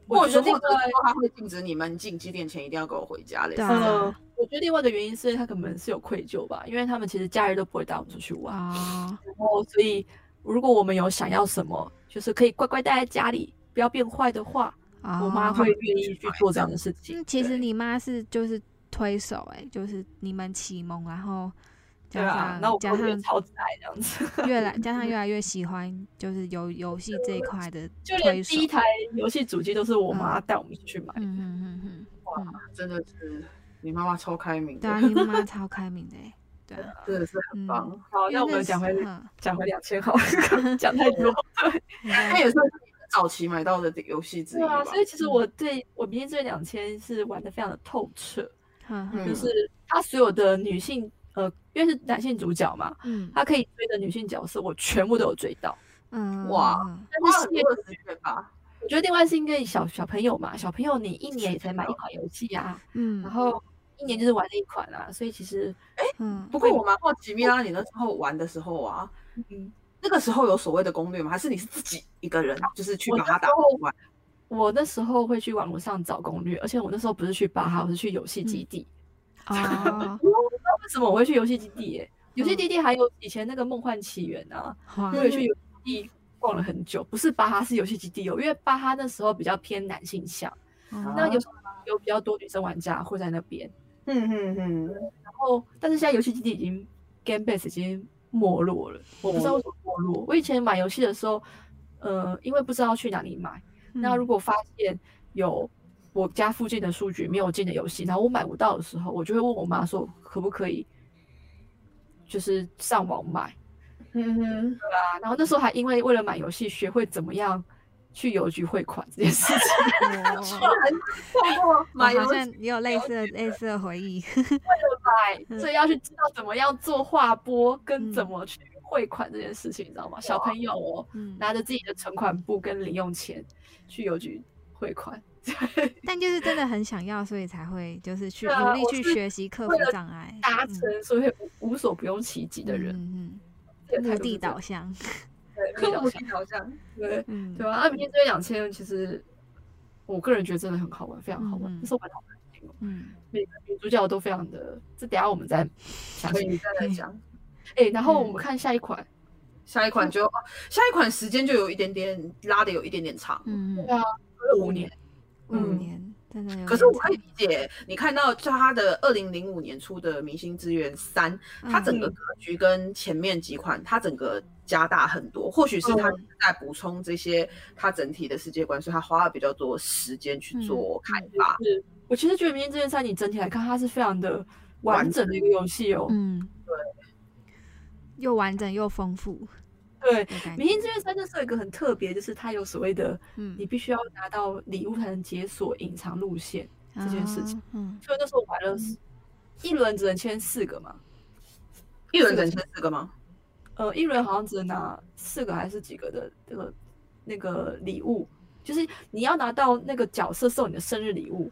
Speaker 4: 或
Speaker 3: 我
Speaker 4: 者
Speaker 3: 觉
Speaker 4: 说
Speaker 3: 得
Speaker 4: 或者
Speaker 3: 另外，
Speaker 4: 说他会禁止你们进几点前一定要给我回家类
Speaker 2: 对
Speaker 4: 似
Speaker 2: 啊，
Speaker 4: 的。
Speaker 3: 嗯我觉得另外一个原因是他可能是有愧疚吧，因为他们其实假日都不会带我们出去玩，
Speaker 2: 哦，
Speaker 3: 然后所以如果我们有想要什么，就是可以乖乖待在家里，不要变坏的话，我妈
Speaker 2: 哦
Speaker 3: 会愿意去做这样的事情
Speaker 2: 嗯，。其实
Speaker 3: 对
Speaker 2: 你妈是就是推手、哎，就是你们启蒙，然后
Speaker 3: 对
Speaker 2: 加
Speaker 3: 啊
Speaker 2: 上、，
Speaker 3: 那我
Speaker 2: 加
Speaker 3: 我觉得
Speaker 2: 上
Speaker 3: 超宅这样 子。
Speaker 2: 越来加上越来越喜欢就是游游戏这一块的
Speaker 3: 就连
Speaker 2: 推手
Speaker 3: 第一。台游戏主机都是我妈带我们出去买。
Speaker 2: 嗯嗯嗯嗯，
Speaker 4: 真的是你妈妈超开明
Speaker 2: 对啊，
Speaker 4: 的，
Speaker 2: 你妈超开明的、 哎，对啊，
Speaker 4: 真的是
Speaker 2: 嗯
Speaker 4: 很棒。
Speaker 3: 好，
Speaker 2: 因为
Speaker 3: 那我们
Speaker 2: 时
Speaker 3: 讲回
Speaker 2: 嗯
Speaker 3: 讲回两千好了，讲太 多。
Speaker 4: 那也算是你们早期买到的游戏之一
Speaker 3: 对
Speaker 4: 吧
Speaker 3: 啊，。所以其实我对我明天这两千是玩的非常的透彻，
Speaker 2: 嗯嗯
Speaker 3: 就
Speaker 4: 嗯
Speaker 3: 是他所有的女性呃，因为是男性主角嘛，
Speaker 2: 嗯
Speaker 3: 他可以追的女性角色我全部都有追到。
Speaker 2: 嗯，
Speaker 4: 哇
Speaker 2: 嗯，
Speaker 3: 但
Speaker 4: 花
Speaker 3: 是
Speaker 4: 很
Speaker 3: 系列
Speaker 4: 多的时间吧，
Speaker 3: 我觉得另外是因为小小朋友嘛，小朋友你一年也才买一款游戏啊，
Speaker 2: 嗯，
Speaker 3: 然后一年就是玩那一款啊，所以其实
Speaker 2: 嗯，
Speaker 4: 不过我蛮好奇，米拉，你那时候玩的时候啊，
Speaker 3: 嗯。
Speaker 4: 那个时候有所谓的攻略吗？还是你是自己一个人就是去
Speaker 3: 我
Speaker 4: 把它
Speaker 3: 那
Speaker 4: 打
Speaker 3: 时候
Speaker 4: 完？
Speaker 3: 我那时候会去网络上找攻略，而且我那时候不是去巴哈，我是去游戏基地。
Speaker 2: 哦，
Speaker 3: 我不知道为什么我会去游戏基地、耶游戏基地还有以前那个梦幻起源啊，
Speaker 2: 好
Speaker 3: 我，也去游戏基地逛了很久。不是巴哈，是游戏基地哦，因为巴哈那时候比较偏男性向，那
Speaker 2: 那
Speaker 3: 有有比较多女生玩家会在那边。
Speaker 4: 嗯嗯嗯，
Speaker 3: 然后，但是现在游戏基地已经 Game Base 已经没落了，我不知道为什么没落。我以前买游戏的时候，呃，因为不知道去哪里买。那
Speaker 2: 嗯
Speaker 3: 如果发现有我家附近的数据没有进的游戏，然后我买不到的时候，我就会问我妈说可不可以，就是上网买
Speaker 5: 嗯哼，
Speaker 3: 啊。然后那时候还因为为了买游戏学会怎么样去邮局汇款这件事情，
Speaker 4: 透过买游
Speaker 2: 好
Speaker 4: 戏
Speaker 2: 像也有类似的类似的回 忆，
Speaker 3: 买，所以要去知道怎么样做划拨跟怎么去汇款这件事情，你知道吗？小朋友哦，
Speaker 2: 嗯，
Speaker 3: 拿着自己的存款簿跟零用钱去邮局汇款。
Speaker 2: 但就是真的很想要，所以才会就是去
Speaker 3: 对啊
Speaker 2: 努力
Speaker 3: 我
Speaker 2: 去
Speaker 3: 是
Speaker 2: 学习克服
Speaker 3: 为了
Speaker 2: 障碍，
Speaker 3: 达成所以无无所不用其极的人，
Speaker 2: 嗯，
Speaker 3: 这个
Speaker 2: 嗯嗯，
Speaker 3: 态
Speaker 2: 目
Speaker 3: 度是
Speaker 2: 的
Speaker 3: 这样
Speaker 2: 导向，
Speaker 3: 对目的
Speaker 5: 科
Speaker 3: 导
Speaker 5: 目
Speaker 3: 向
Speaker 5: 好像
Speaker 3: 对
Speaker 2: 嗯，
Speaker 3: 对啊，那明天这些两千，其实我个人觉得真的很好玩，非常好玩
Speaker 2: 嗯，嗯
Speaker 3: 就是玩的好开心哦。
Speaker 2: 嗯，
Speaker 3: 每个女主角都非常的，这等一下我们再详
Speaker 4: 可
Speaker 3: 细。
Speaker 4: 以再来讲。
Speaker 3: 哎，然后我
Speaker 2: 嗯
Speaker 3: 们看下一款，
Speaker 4: 下一款就哦下一款时间就有一点点拉的有一点点长，
Speaker 2: 嗯
Speaker 3: 啊
Speaker 2: 嗯，
Speaker 3: 五年，
Speaker 2: 五
Speaker 4: 嗯
Speaker 2: 年真的有点长，
Speaker 4: 可是我可以理解，你看到就它的二零零五年出的《明星志愿三》，
Speaker 2: 嗯
Speaker 4: 它整个格局跟前面几款它整个加大很多，或许是它
Speaker 3: 嗯
Speaker 4: 在补充这些它整体的世界观，所以它花了比较多时间去做开发。
Speaker 3: 是我其实觉得《明天这件三》，你整体来看，它是非常的
Speaker 4: 完
Speaker 2: 嗯
Speaker 3: 完整的一个游戏哦。
Speaker 2: 嗯，嗯，又完整又丰富
Speaker 3: 对，
Speaker 2: 的感
Speaker 3: 明
Speaker 2: 觉。
Speaker 3: 星志愿三就是有一个很特别，就是它有所谓的
Speaker 2: 嗯
Speaker 3: 你必须要拿到礼物才能解锁隐藏路线这件事情。
Speaker 2: 啊，嗯，
Speaker 3: 所以那时候玩了一轮只能签四个嘛，
Speaker 4: 一人整签四个吗？
Speaker 3: 呃，一轮好像只能拿四个还是几个的那个那个礼物，就是你要拿到那个角色送你的生日礼物，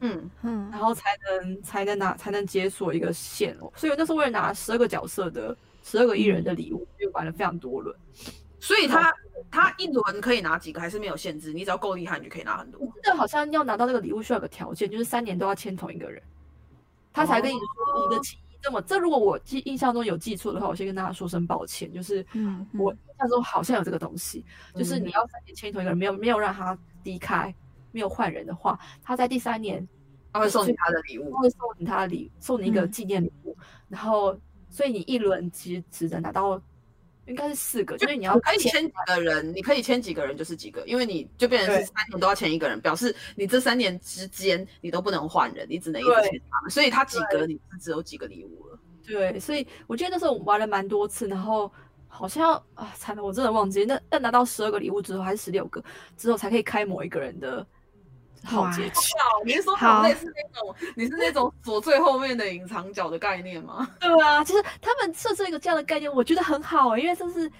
Speaker 4: 嗯，
Speaker 2: 嗯
Speaker 3: 然后才能才能拿才能解锁一个线哦。所以我那时候为了拿十二个角色的十二个艺人的礼物，就玩了非常多轮。
Speaker 4: 所以他他一轮可以拿几个还是没有限制，你只要够厉害，你就可以拿很多
Speaker 3: 我。记得好像要拿到那个礼物需要有个条件，就是三年都要签同一个人，他才跟你说你的记忆这么。这如果我记印象中有记错的话，我先跟大家说声抱歉，就是
Speaker 2: 嗯
Speaker 3: 我印象中好像有这个东西，就是你要三年签同一个人，没有没有让他离开，没有换人的话，他在第三年
Speaker 4: 他会送你他的礼物
Speaker 3: 他，会送你他的礼，送你一个
Speaker 2: 嗯
Speaker 3: 纪念礼物，然后所以你一轮其实只能拿到应该是四个，就是 你要
Speaker 4: 可以
Speaker 3: 签
Speaker 4: 签几个人，你可以签几个人就是几个，因为你就变成是
Speaker 3: 对
Speaker 4: 三年都要签一个人，表示你这三年之间你都不能换人，你只能一直
Speaker 3: 对
Speaker 4: 签他们，所以他几个你是只有几个礼物了。
Speaker 3: 对，所以我记得那时候我们玩了蛮多次，然后好像啊，惨了，我真的忘记。那但拿到十二个礼物之后，还是十六个之后，才可以开某一个人的好
Speaker 2: 哇
Speaker 3: 结局。
Speaker 4: 哦，你是说
Speaker 2: 好
Speaker 4: 类似那种你是那种锁最后面的隐藏角的概念吗？
Speaker 3: 对啊，就是他们设置一个这样的概念，我觉得很好、欸，因为这是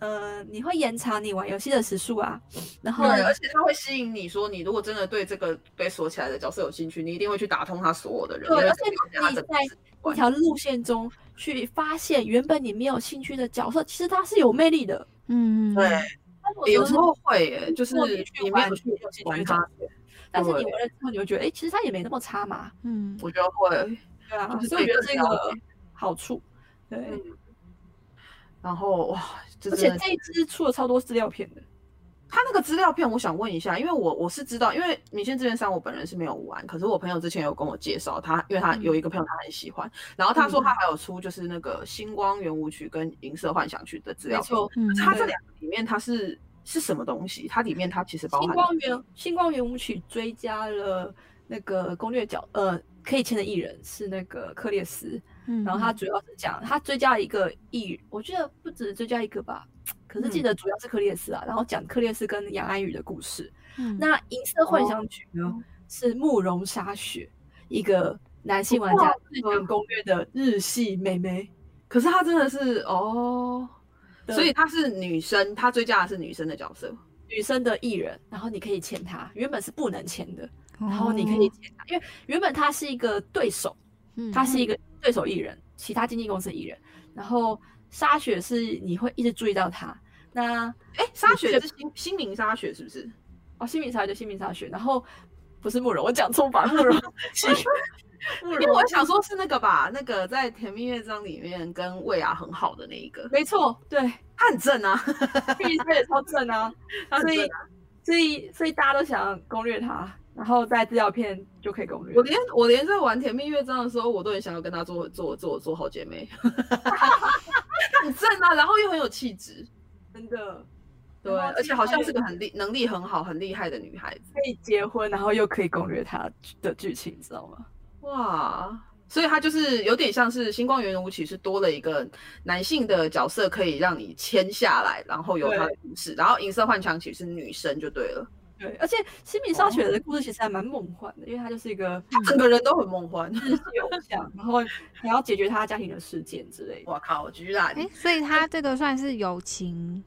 Speaker 3: 呃，你会延长你玩游戏的时数啊，然后
Speaker 4: 对，而且他会吸引你说，你如果真的对这个被锁起来的角色有兴趣，你一定会去打通他所有的人，
Speaker 3: 对
Speaker 4: 你会
Speaker 3: 而且
Speaker 4: 了解他
Speaker 3: 你
Speaker 4: 这个
Speaker 3: 在
Speaker 4: 人
Speaker 3: 一条路线中去发现原本你没有兴趣的角色，其实它是有魅力的。
Speaker 2: 嗯，
Speaker 4: 对
Speaker 3: 它如果
Speaker 4: 欸有
Speaker 3: 说
Speaker 4: 时
Speaker 3: 是
Speaker 4: 候会耶，就是
Speaker 3: 如果你
Speaker 4: 你
Speaker 3: 去
Speaker 4: 没
Speaker 3: 玩
Speaker 4: 有
Speaker 3: 你
Speaker 4: 去
Speaker 3: 有兴趣
Speaker 4: 玩
Speaker 3: 的
Speaker 4: 它
Speaker 3: 角，色，但是你
Speaker 4: 对
Speaker 3: 玩了之后，你会觉得，哎、其实它也没那么差嘛。
Speaker 2: 嗯，
Speaker 4: 我觉得会。
Speaker 3: 对啊
Speaker 4: 就，是
Speaker 3: 所以我
Speaker 4: 对
Speaker 3: 觉得
Speaker 4: 更
Speaker 3: 这
Speaker 4: 了
Speaker 3: 个好处，对，
Speaker 4: 嗯然后哇，这
Speaker 3: 而
Speaker 4: 真
Speaker 3: 且
Speaker 4: 的
Speaker 3: 这一支出了超多资料片的，
Speaker 4: 他那个资料片，我想问一下，因为我我是知道，因为《米线志愿三》我本人是没有玩，可是我朋友之前有跟我介绍他，因为他
Speaker 3: 嗯
Speaker 4: 有一个朋友他很喜欢，然后他说他还有出就是那个《星光圆舞曲》跟《银色幻想曲》的资料片，，
Speaker 2: 嗯，
Speaker 4: 他这两个里面它是是什么东西？它里面它其实包
Speaker 3: 星
Speaker 4: 含
Speaker 3: 光圆星光圆舞曲追加了那个攻略角，呃，可以签的艺人是那个克列斯，
Speaker 2: 嗯，
Speaker 3: 然后他主要是讲他追加了一个艺，我记得不止追加一个吧。可是记
Speaker 4: 嗯
Speaker 3: 得主要是克列斯啊，然后讲克列斯跟杨安宇的故事。
Speaker 2: 嗯
Speaker 3: 那《银色幻想曲》呢，
Speaker 4: 哦
Speaker 3: 是慕容沙雪，一个男性玩
Speaker 4: 哦
Speaker 3: 家最强攻略的日系妹妹。
Speaker 4: 可是它真的是哦，
Speaker 3: 对
Speaker 4: 所以她是女生，她追加的是女生的角色，
Speaker 3: 女生的艺人，然后你可以签她，原本是不能签的，然后你可
Speaker 4: 哦
Speaker 2: 哦
Speaker 3: 以签她，因为原本她是一个对手，
Speaker 2: 以
Speaker 3: 她
Speaker 4: 嗯
Speaker 3: 是一个对手艺人，其他经纪公司的艺人，然后沙雪是你会一直注意到她。那
Speaker 4: 哎，沙雪
Speaker 3: 确
Speaker 4: 是心心灵沙雪是不是？
Speaker 3: 哦，新明沙就新明沙雪，然后不是慕容，我讲错吧？慕 容是慕
Speaker 4: 因
Speaker 3: 容，
Speaker 4: 为我想说是那个吧，那个在《甜蜜乐章》里面跟魏雅很好的那一个，
Speaker 3: 没错，对，
Speaker 4: 她很正啊，
Speaker 3: 新明沙也超正 啊，
Speaker 4: 她很
Speaker 3: 所
Speaker 4: 正
Speaker 3: 以
Speaker 4: 啊。
Speaker 3: 所以所以大家都想攻略她，然后在资料片就可以攻略
Speaker 4: 我。连我连在玩《甜蜜乐章》的时候，我都很想要跟她做做做做好姐妹， 她很正啊，然后又很有气质，
Speaker 3: 真的。
Speaker 4: 对，
Speaker 3: 然后
Speaker 4: 而
Speaker 3: 其
Speaker 4: 且
Speaker 3: 实
Speaker 4: 好像
Speaker 3: 还
Speaker 4: 是个很厉能力很好很厉害的女孩子，
Speaker 3: 可以结婚，然后又可以攻略他的剧情，你知道吗？
Speaker 4: 哇。所以她就是有点像是《星光圆舞曲》，是多了一个男性的角色，可以让你签下来，然后有她的故事。然后《银色幻想曲》是女生就对了，
Speaker 3: 对，而且新
Speaker 4: 哦
Speaker 3: 米沙雪的故事其实还蛮梦幻的，因为她就是一个
Speaker 4: 她整个人都很梦 幻。
Speaker 3: 日系偶像，然后还要解决她家庭的事件之
Speaker 2: 哦
Speaker 3: 类的。
Speaker 4: 我靠，居然！
Speaker 2: 哎，所以他这个算是友情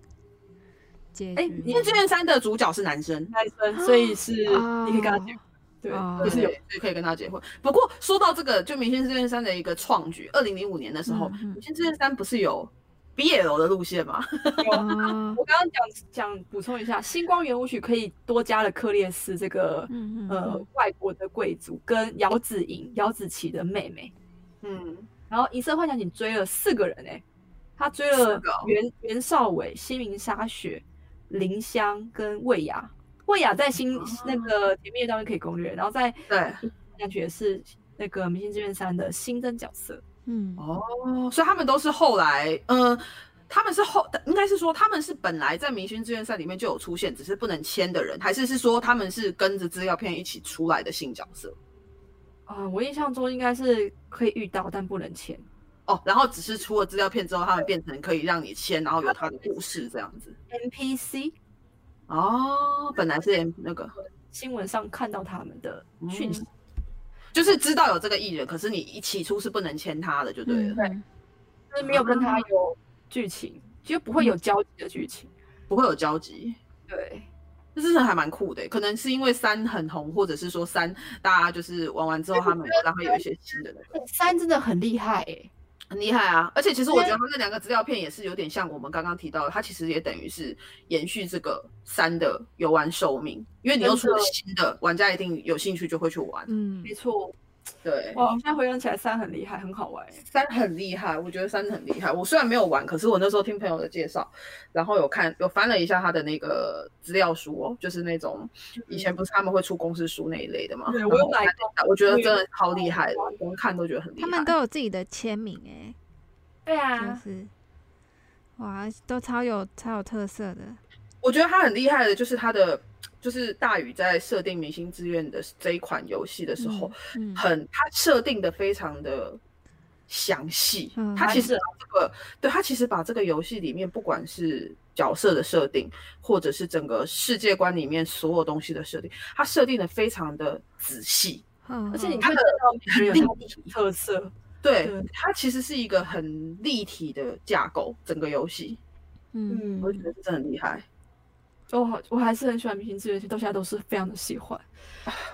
Speaker 2: 结
Speaker 3: 哎
Speaker 2: 局
Speaker 4: 因为《志愿三》的主角是男生，
Speaker 3: 男生，所以是你可以跟他结婚，对，
Speaker 2: 哦
Speaker 3: 就是有
Speaker 4: 对所以可以跟他结婚。不过说到这个，就《明星志愿三》的一个创举，二零零五年的时候，
Speaker 2: 嗯嗯
Speaker 4: 明星志愿三》不是有 BL 的路线吗？
Speaker 2: 哦，
Speaker 3: 我刚刚讲讲补充一下，《星光圆舞曲》可以多加了克列斯这个
Speaker 2: 嗯嗯
Speaker 3: 呃
Speaker 2: 嗯
Speaker 3: 外国的贵族跟姚子莹、姚子琪的妹妹，
Speaker 4: 嗯，
Speaker 3: 然后《银色幻想》你追了四个人哎、他追
Speaker 4: 四
Speaker 3: 了
Speaker 4: 个哦
Speaker 3: 袁袁绍伟、新明沙雪、林香跟魏雅。魏雅在
Speaker 2: 哦
Speaker 3: 新、那个甜蜜的当中可以攻略，然后在
Speaker 4: 对。
Speaker 3: 感觉是那个《明星志愿三》的新增角色。
Speaker 2: 嗯
Speaker 4: 哦，所以他们都是后来，嗯、他们是后，应该是说他们是本来在《明星志愿三》里面就有出现，只是不能签的人，还是是说他们是跟着资料片一起出来的新角色？
Speaker 3: 啊、我印象中应该是可以遇到，但不能签。
Speaker 4: 哦，然后只是出了资料片之后，他们变成可以让你签，然后有他的故事这样子。
Speaker 3: NPC
Speaker 4: 哦，本来是 M- 那个，
Speaker 3: 新闻上看到他们的讯息，
Speaker 4: 就是知道有这个艺人，可是你一起初是不能签他的，就对了，
Speaker 2: 嗯
Speaker 3: 就是没有跟他有剧情，就不会有交集的剧情。
Speaker 4: 不会有交集。
Speaker 3: 对，
Speaker 4: 这真的还蛮酷的，欸可能是因为三很红，或者是说三大家就是玩完之后，他们让他有一些新的那个，
Speaker 3: 三真的很厉害欸诶、
Speaker 4: 很厉害啊！而且其实我觉得他这两个资料片也是有点像我们刚刚提到的，它其实也等于是延续这个三的游玩寿命，因为你又出了新的，玩家一定有兴趣就会去玩。
Speaker 2: 嗯
Speaker 3: 没错，
Speaker 4: 对，
Speaker 3: 哇，现在回想起来三很厉害，很好玩、欸。
Speaker 4: 三很厉害，我觉得三很厉害。我虽然没有玩，可是我那时候听朋友的介绍，然后有看有翻了一下他的那个资料书哦，就是那种以前不是他们会出公司书那一类的嘛。
Speaker 3: 欸对
Speaker 4: 然
Speaker 3: 我有
Speaker 4: 后
Speaker 3: 买
Speaker 4: 翻了一下我觉得真的超厉害的，我光看都觉得很厉害。
Speaker 2: 他们都有自己的签名哎、
Speaker 3: 对啊
Speaker 2: 就，是哇，都超有超有特色的。
Speaker 4: 我觉得他很厉害的，就是他的就是大宇在设定《明星志愿》的这一款游戏的时候，
Speaker 2: 嗯，
Speaker 4: 很他设定的非常的详细
Speaker 2: 嗯，
Speaker 4: 他其实
Speaker 3: 完整
Speaker 4: 把这个对他其实把这个游戏里面不管是角色的设定，或者是整个世界观里面所有东西的设定，他设定的非常的仔细。
Speaker 2: 嗯
Speaker 3: 而且你
Speaker 2: 嗯
Speaker 3: 会知道每个人有他
Speaker 4: 立体
Speaker 3: 的特 色，
Speaker 4: 对
Speaker 3: 对，
Speaker 4: 它其实是一个很立体的架构，整个游戏，
Speaker 2: 嗯
Speaker 4: 我觉得真的很厉害。
Speaker 3: 我好，哦我还是很喜欢《明星志愿》，到现在都是非常的喜欢。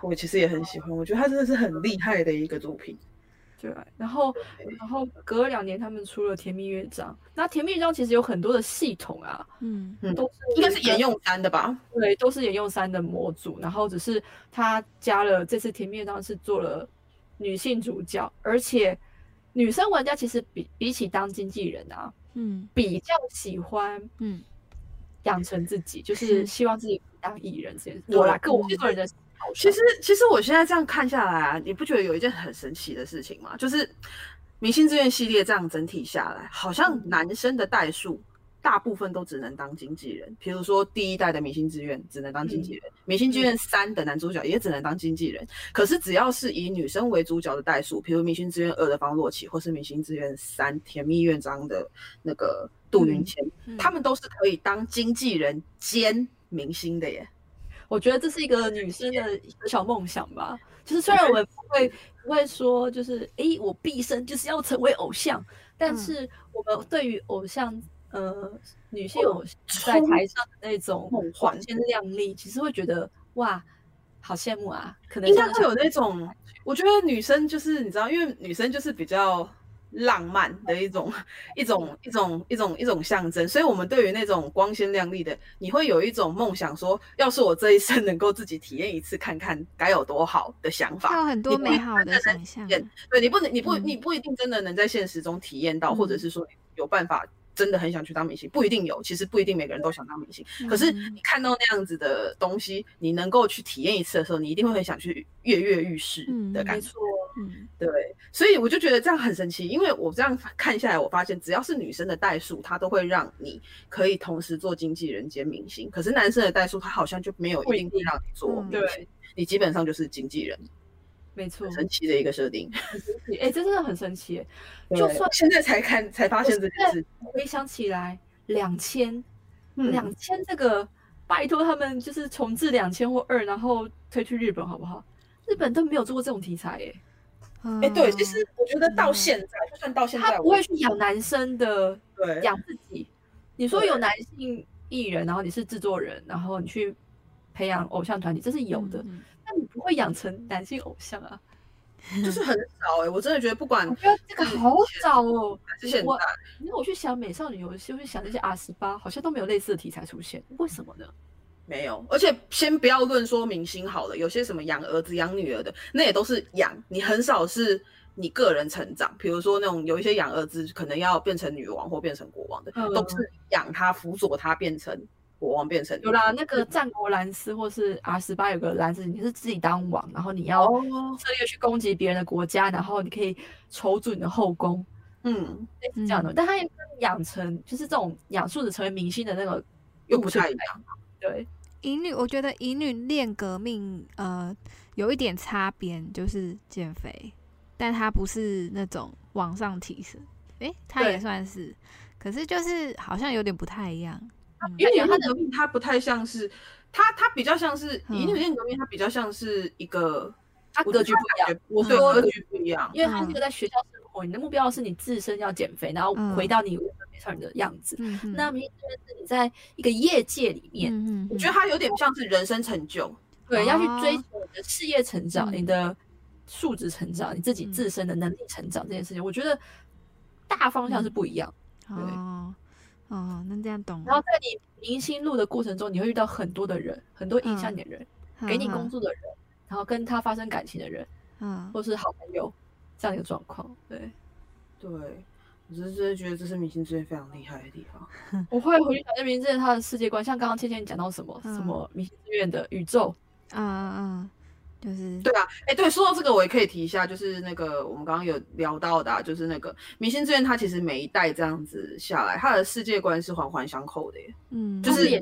Speaker 4: 我其实也很喜欢，我觉得它真的是很厉害的一个作品。
Speaker 3: 对，啊然后然后隔了两年，他们出了《甜蜜乐章》，那《甜蜜乐章》其实有很多的系统啊，
Speaker 2: 嗯
Speaker 4: 嗯
Speaker 3: 都是
Speaker 4: 应该是沿用三的吧？
Speaker 3: 对，都是沿用三的模组，然后只是他加了这次《甜蜜乐章》是做了女性主角，而且女生玩家其实比比起当经纪人啊，
Speaker 2: 嗯
Speaker 3: 比较喜欢
Speaker 2: 嗯
Speaker 3: 养成自己，就是是希望自己当艺人这件事。
Speaker 4: 我
Speaker 3: 我啦，跟我个人的
Speaker 4: 其实，其实我现在这样看下来啊，你不觉得有一件很神奇的事情吗？就是《明星志愿》系列这样整体下来，好像
Speaker 2: 嗯
Speaker 4: 男生的代数大部分都只能当经纪人。比如说第一代的《明星志愿》只能当经纪
Speaker 2: 嗯
Speaker 4: 人，明星志愿三》的男主角也只能当经纪人。可是只要是以女生为主角的代数，比如《明星志愿二》的方若琪，或是《明星志愿三》甜蜜院章的那个杜云千，
Speaker 2: 嗯
Speaker 4: 他们都是可以当经纪人兼明星的耶。
Speaker 3: 我觉得这是一个女生的一个小梦想吧。就是虽然我们不会不会说，就是诶，我毕生就是要成为偶像，但
Speaker 2: 嗯
Speaker 3: 是我们对于偶像，呃，女性偶像在台上的那种
Speaker 4: 哦梦幻
Speaker 3: 光鲜亮丽，其实会觉得哇，好羡慕啊！可能
Speaker 4: 应该
Speaker 3: 真的
Speaker 4: 会有那种，我觉得女生就是你知道，因为女生就是比较浪漫的一种一
Speaker 3: 嗯
Speaker 4: 种一种一种一种象征，所以我们对于那种光鲜亮丽的，你会有一种梦想说，要是我这一生能够自己体验一次看看该有多好的想
Speaker 2: 他
Speaker 4: 法。
Speaker 2: 有很多美好的想象。
Speaker 4: 见对你不能，你不
Speaker 2: 嗯
Speaker 4: 你不一定真的能在现实中体验到，
Speaker 2: 嗯
Speaker 4: 或者是说有办法真的很想去当明星，不一定有。其实不一定每个人都想当明星，可是
Speaker 2: 嗯
Speaker 4: 你看到那样子的东西，你能够去体验一次的时候，你一定会很想去跃跃欲试的
Speaker 2: 嗯
Speaker 4: 感
Speaker 3: 没
Speaker 4: 觉。
Speaker 3: 错，
Speaker 2: 嗯
Speaker 4: 对，所以我就觉得这样很神奇，因为我这样看下来，我发现只要是女生的代数，它都会让你可以同时做经纪人兼明星。可是男生的代数，它好像就没有
Speaker 3: 不
Speaker 4: 一
Speaker 3: 一
Speaker 4: 定
Speaker 3: 定
Speaker 4: 会让你做
Speaker 2: 嗯
Speaker 4: 明星，
Speaker 3: 对，
Speaker 4: 你基本上就是经纪人，
Speaker 3: 没错
Speaker 4: 很，神奇的一个设定。
Speaker 3: 哎，这真的很神奇耶。就
Speaker 4: 对
Speaker 3: 算
Speaker 4: 现在才看才发现这件事，
Speaker 3: 回想起来，两千
Speaker 4: 嗯
Speaker 3: 两千这个，拜托他们就是重置两千或二，然后推去日本好不好？日本都没有做过这种题材耶，
Speaker 2: 嗯
Speaker 4: 哎、对，其实我觉得到现在，就算到现在
Speaker 3: 他
Speaker 4: 我，哎
Speaker 3: 不会去养男生的，
Speaker 4: 对
Speaker 3: 养自己。你说有男性艺人，然后你是制作人，然后你去培养偶像团体，这是有的，
Speaker 2: 嗯
Speaker 3: 但你不会养成男性偶像啊。
Speaker 4: 就是很少哎、我真的觉得不管
Speaker 3: 我觉得这个好早哦，
Speaker 4: 还是现在
Speaker 3: 我，因为我去想美少女游戏，我去想那些 R 十八，好像都没有类似的题材出现，为什么呢？
Speaker 4: 没有，而且先不要论说明星好了，有些什么养儿子、养女儿的，那也都是养，你很少是你个人成长。比如说那种有一些养儿子可能要变成女王或变成国王的，
Speaker 3: 嗯
Speaker 4: 都是养他、辅佐他变成国王、变成女
Speaker 3: 有啦，那个战国蓝斯或是 R 十八有个蓝斯，你是自己当王，然后你要
Speaker 4: 哦，
Speaker 3: 策略去攻击别人的国家，然后你可以筹组你的后宫，
Speaker 4: 嗯，
Speaker 3: 类似这样的。但它也跟养成就是这种养素子成为明星的那个
Speaker 4: 又不太一
Speaker 3: 路
Speaker 4: 样。
Speaker 3: 线对，
Speaker 2: 乙女，我觉得乙女练革命，呃，有一点擦边，就是减肥，但它不是那种往上提升，诶、他也
Speaker 4: 对
Speaker 2: 算是，可是就是好像有点不太一样。
Speaker 4: 因为《银河革命》它不太像是，它它比较像是《
Speaker 2: 嗯
Speaker 4: 银河革命》，它比较像是一个，
Speaker 3: 它
Speaker 4: 我
Speaker 3: 格
Speaker 4: 觉
Speaker 3: 局
Speaker 4: 得
Speaker 3: 不一样
Speaker 4: 感觉我
Speaker 3: 嗯
Speaker 4: 对格局不一样。
Speaker 3: 因为它是一个在学校生活，你的目标是你自身要减肥，然后
Speaker 2: 嗯
Speaker 3: 回到你原本没事人的样子。
Speaker 2: 嗯哼，
Speaker 3: 那明星这边是你在一个业界里面，
Speaker 2: 嗯
Speaker 4: 我
Speaker 2: 嗯
Speaker 4: 觉得它有点像是人生成就，
Speaker 3: 对，要去追
Speaker 2: 哦
Speaker 3: 求你的事业成长、
Speaker 2: 嗯
Speaker 3: 你的素质成长、你自己自身的能力成长这件事情，我觉得大方向是不一样。
Speaker 2: 嗯哦哦，那这样懂了。
Speaker 3: 然后在你明星路的过程中，你会遇到很多的人，很多影响
Speaker 2: 嗯
Speaker 3: 你的人，给你工
Speaker 2: 作，
Speaker 3: 作的人，然后跟他发生感情的人，
Speaker 2: 嗯，
Speaker 3: 或是好朋友这样一个状况。对，
Speaker 4: 对我是真的觉得这是明星之间非常厉害的地方。
Speaker 3: 我会回去想这明星之间他的世界观，像刚刚倩倩讲到什么、
Speaker 2: 嗯
Speaker 3: 什么明星之愿的宇宙，
Speaker 2: 嗯嗯，就是
Speaker 4: 对啊，哎、对，说到这个，我也可以提一下，就是那个我们刚刚有聊到的、啊，就是那个《明星之愿》，它其实每一代这样子下来，它的世界观是环环相扣的耶。
Speaker 2: 嗯，
Speaker 4: 就是
Speaker 3: 演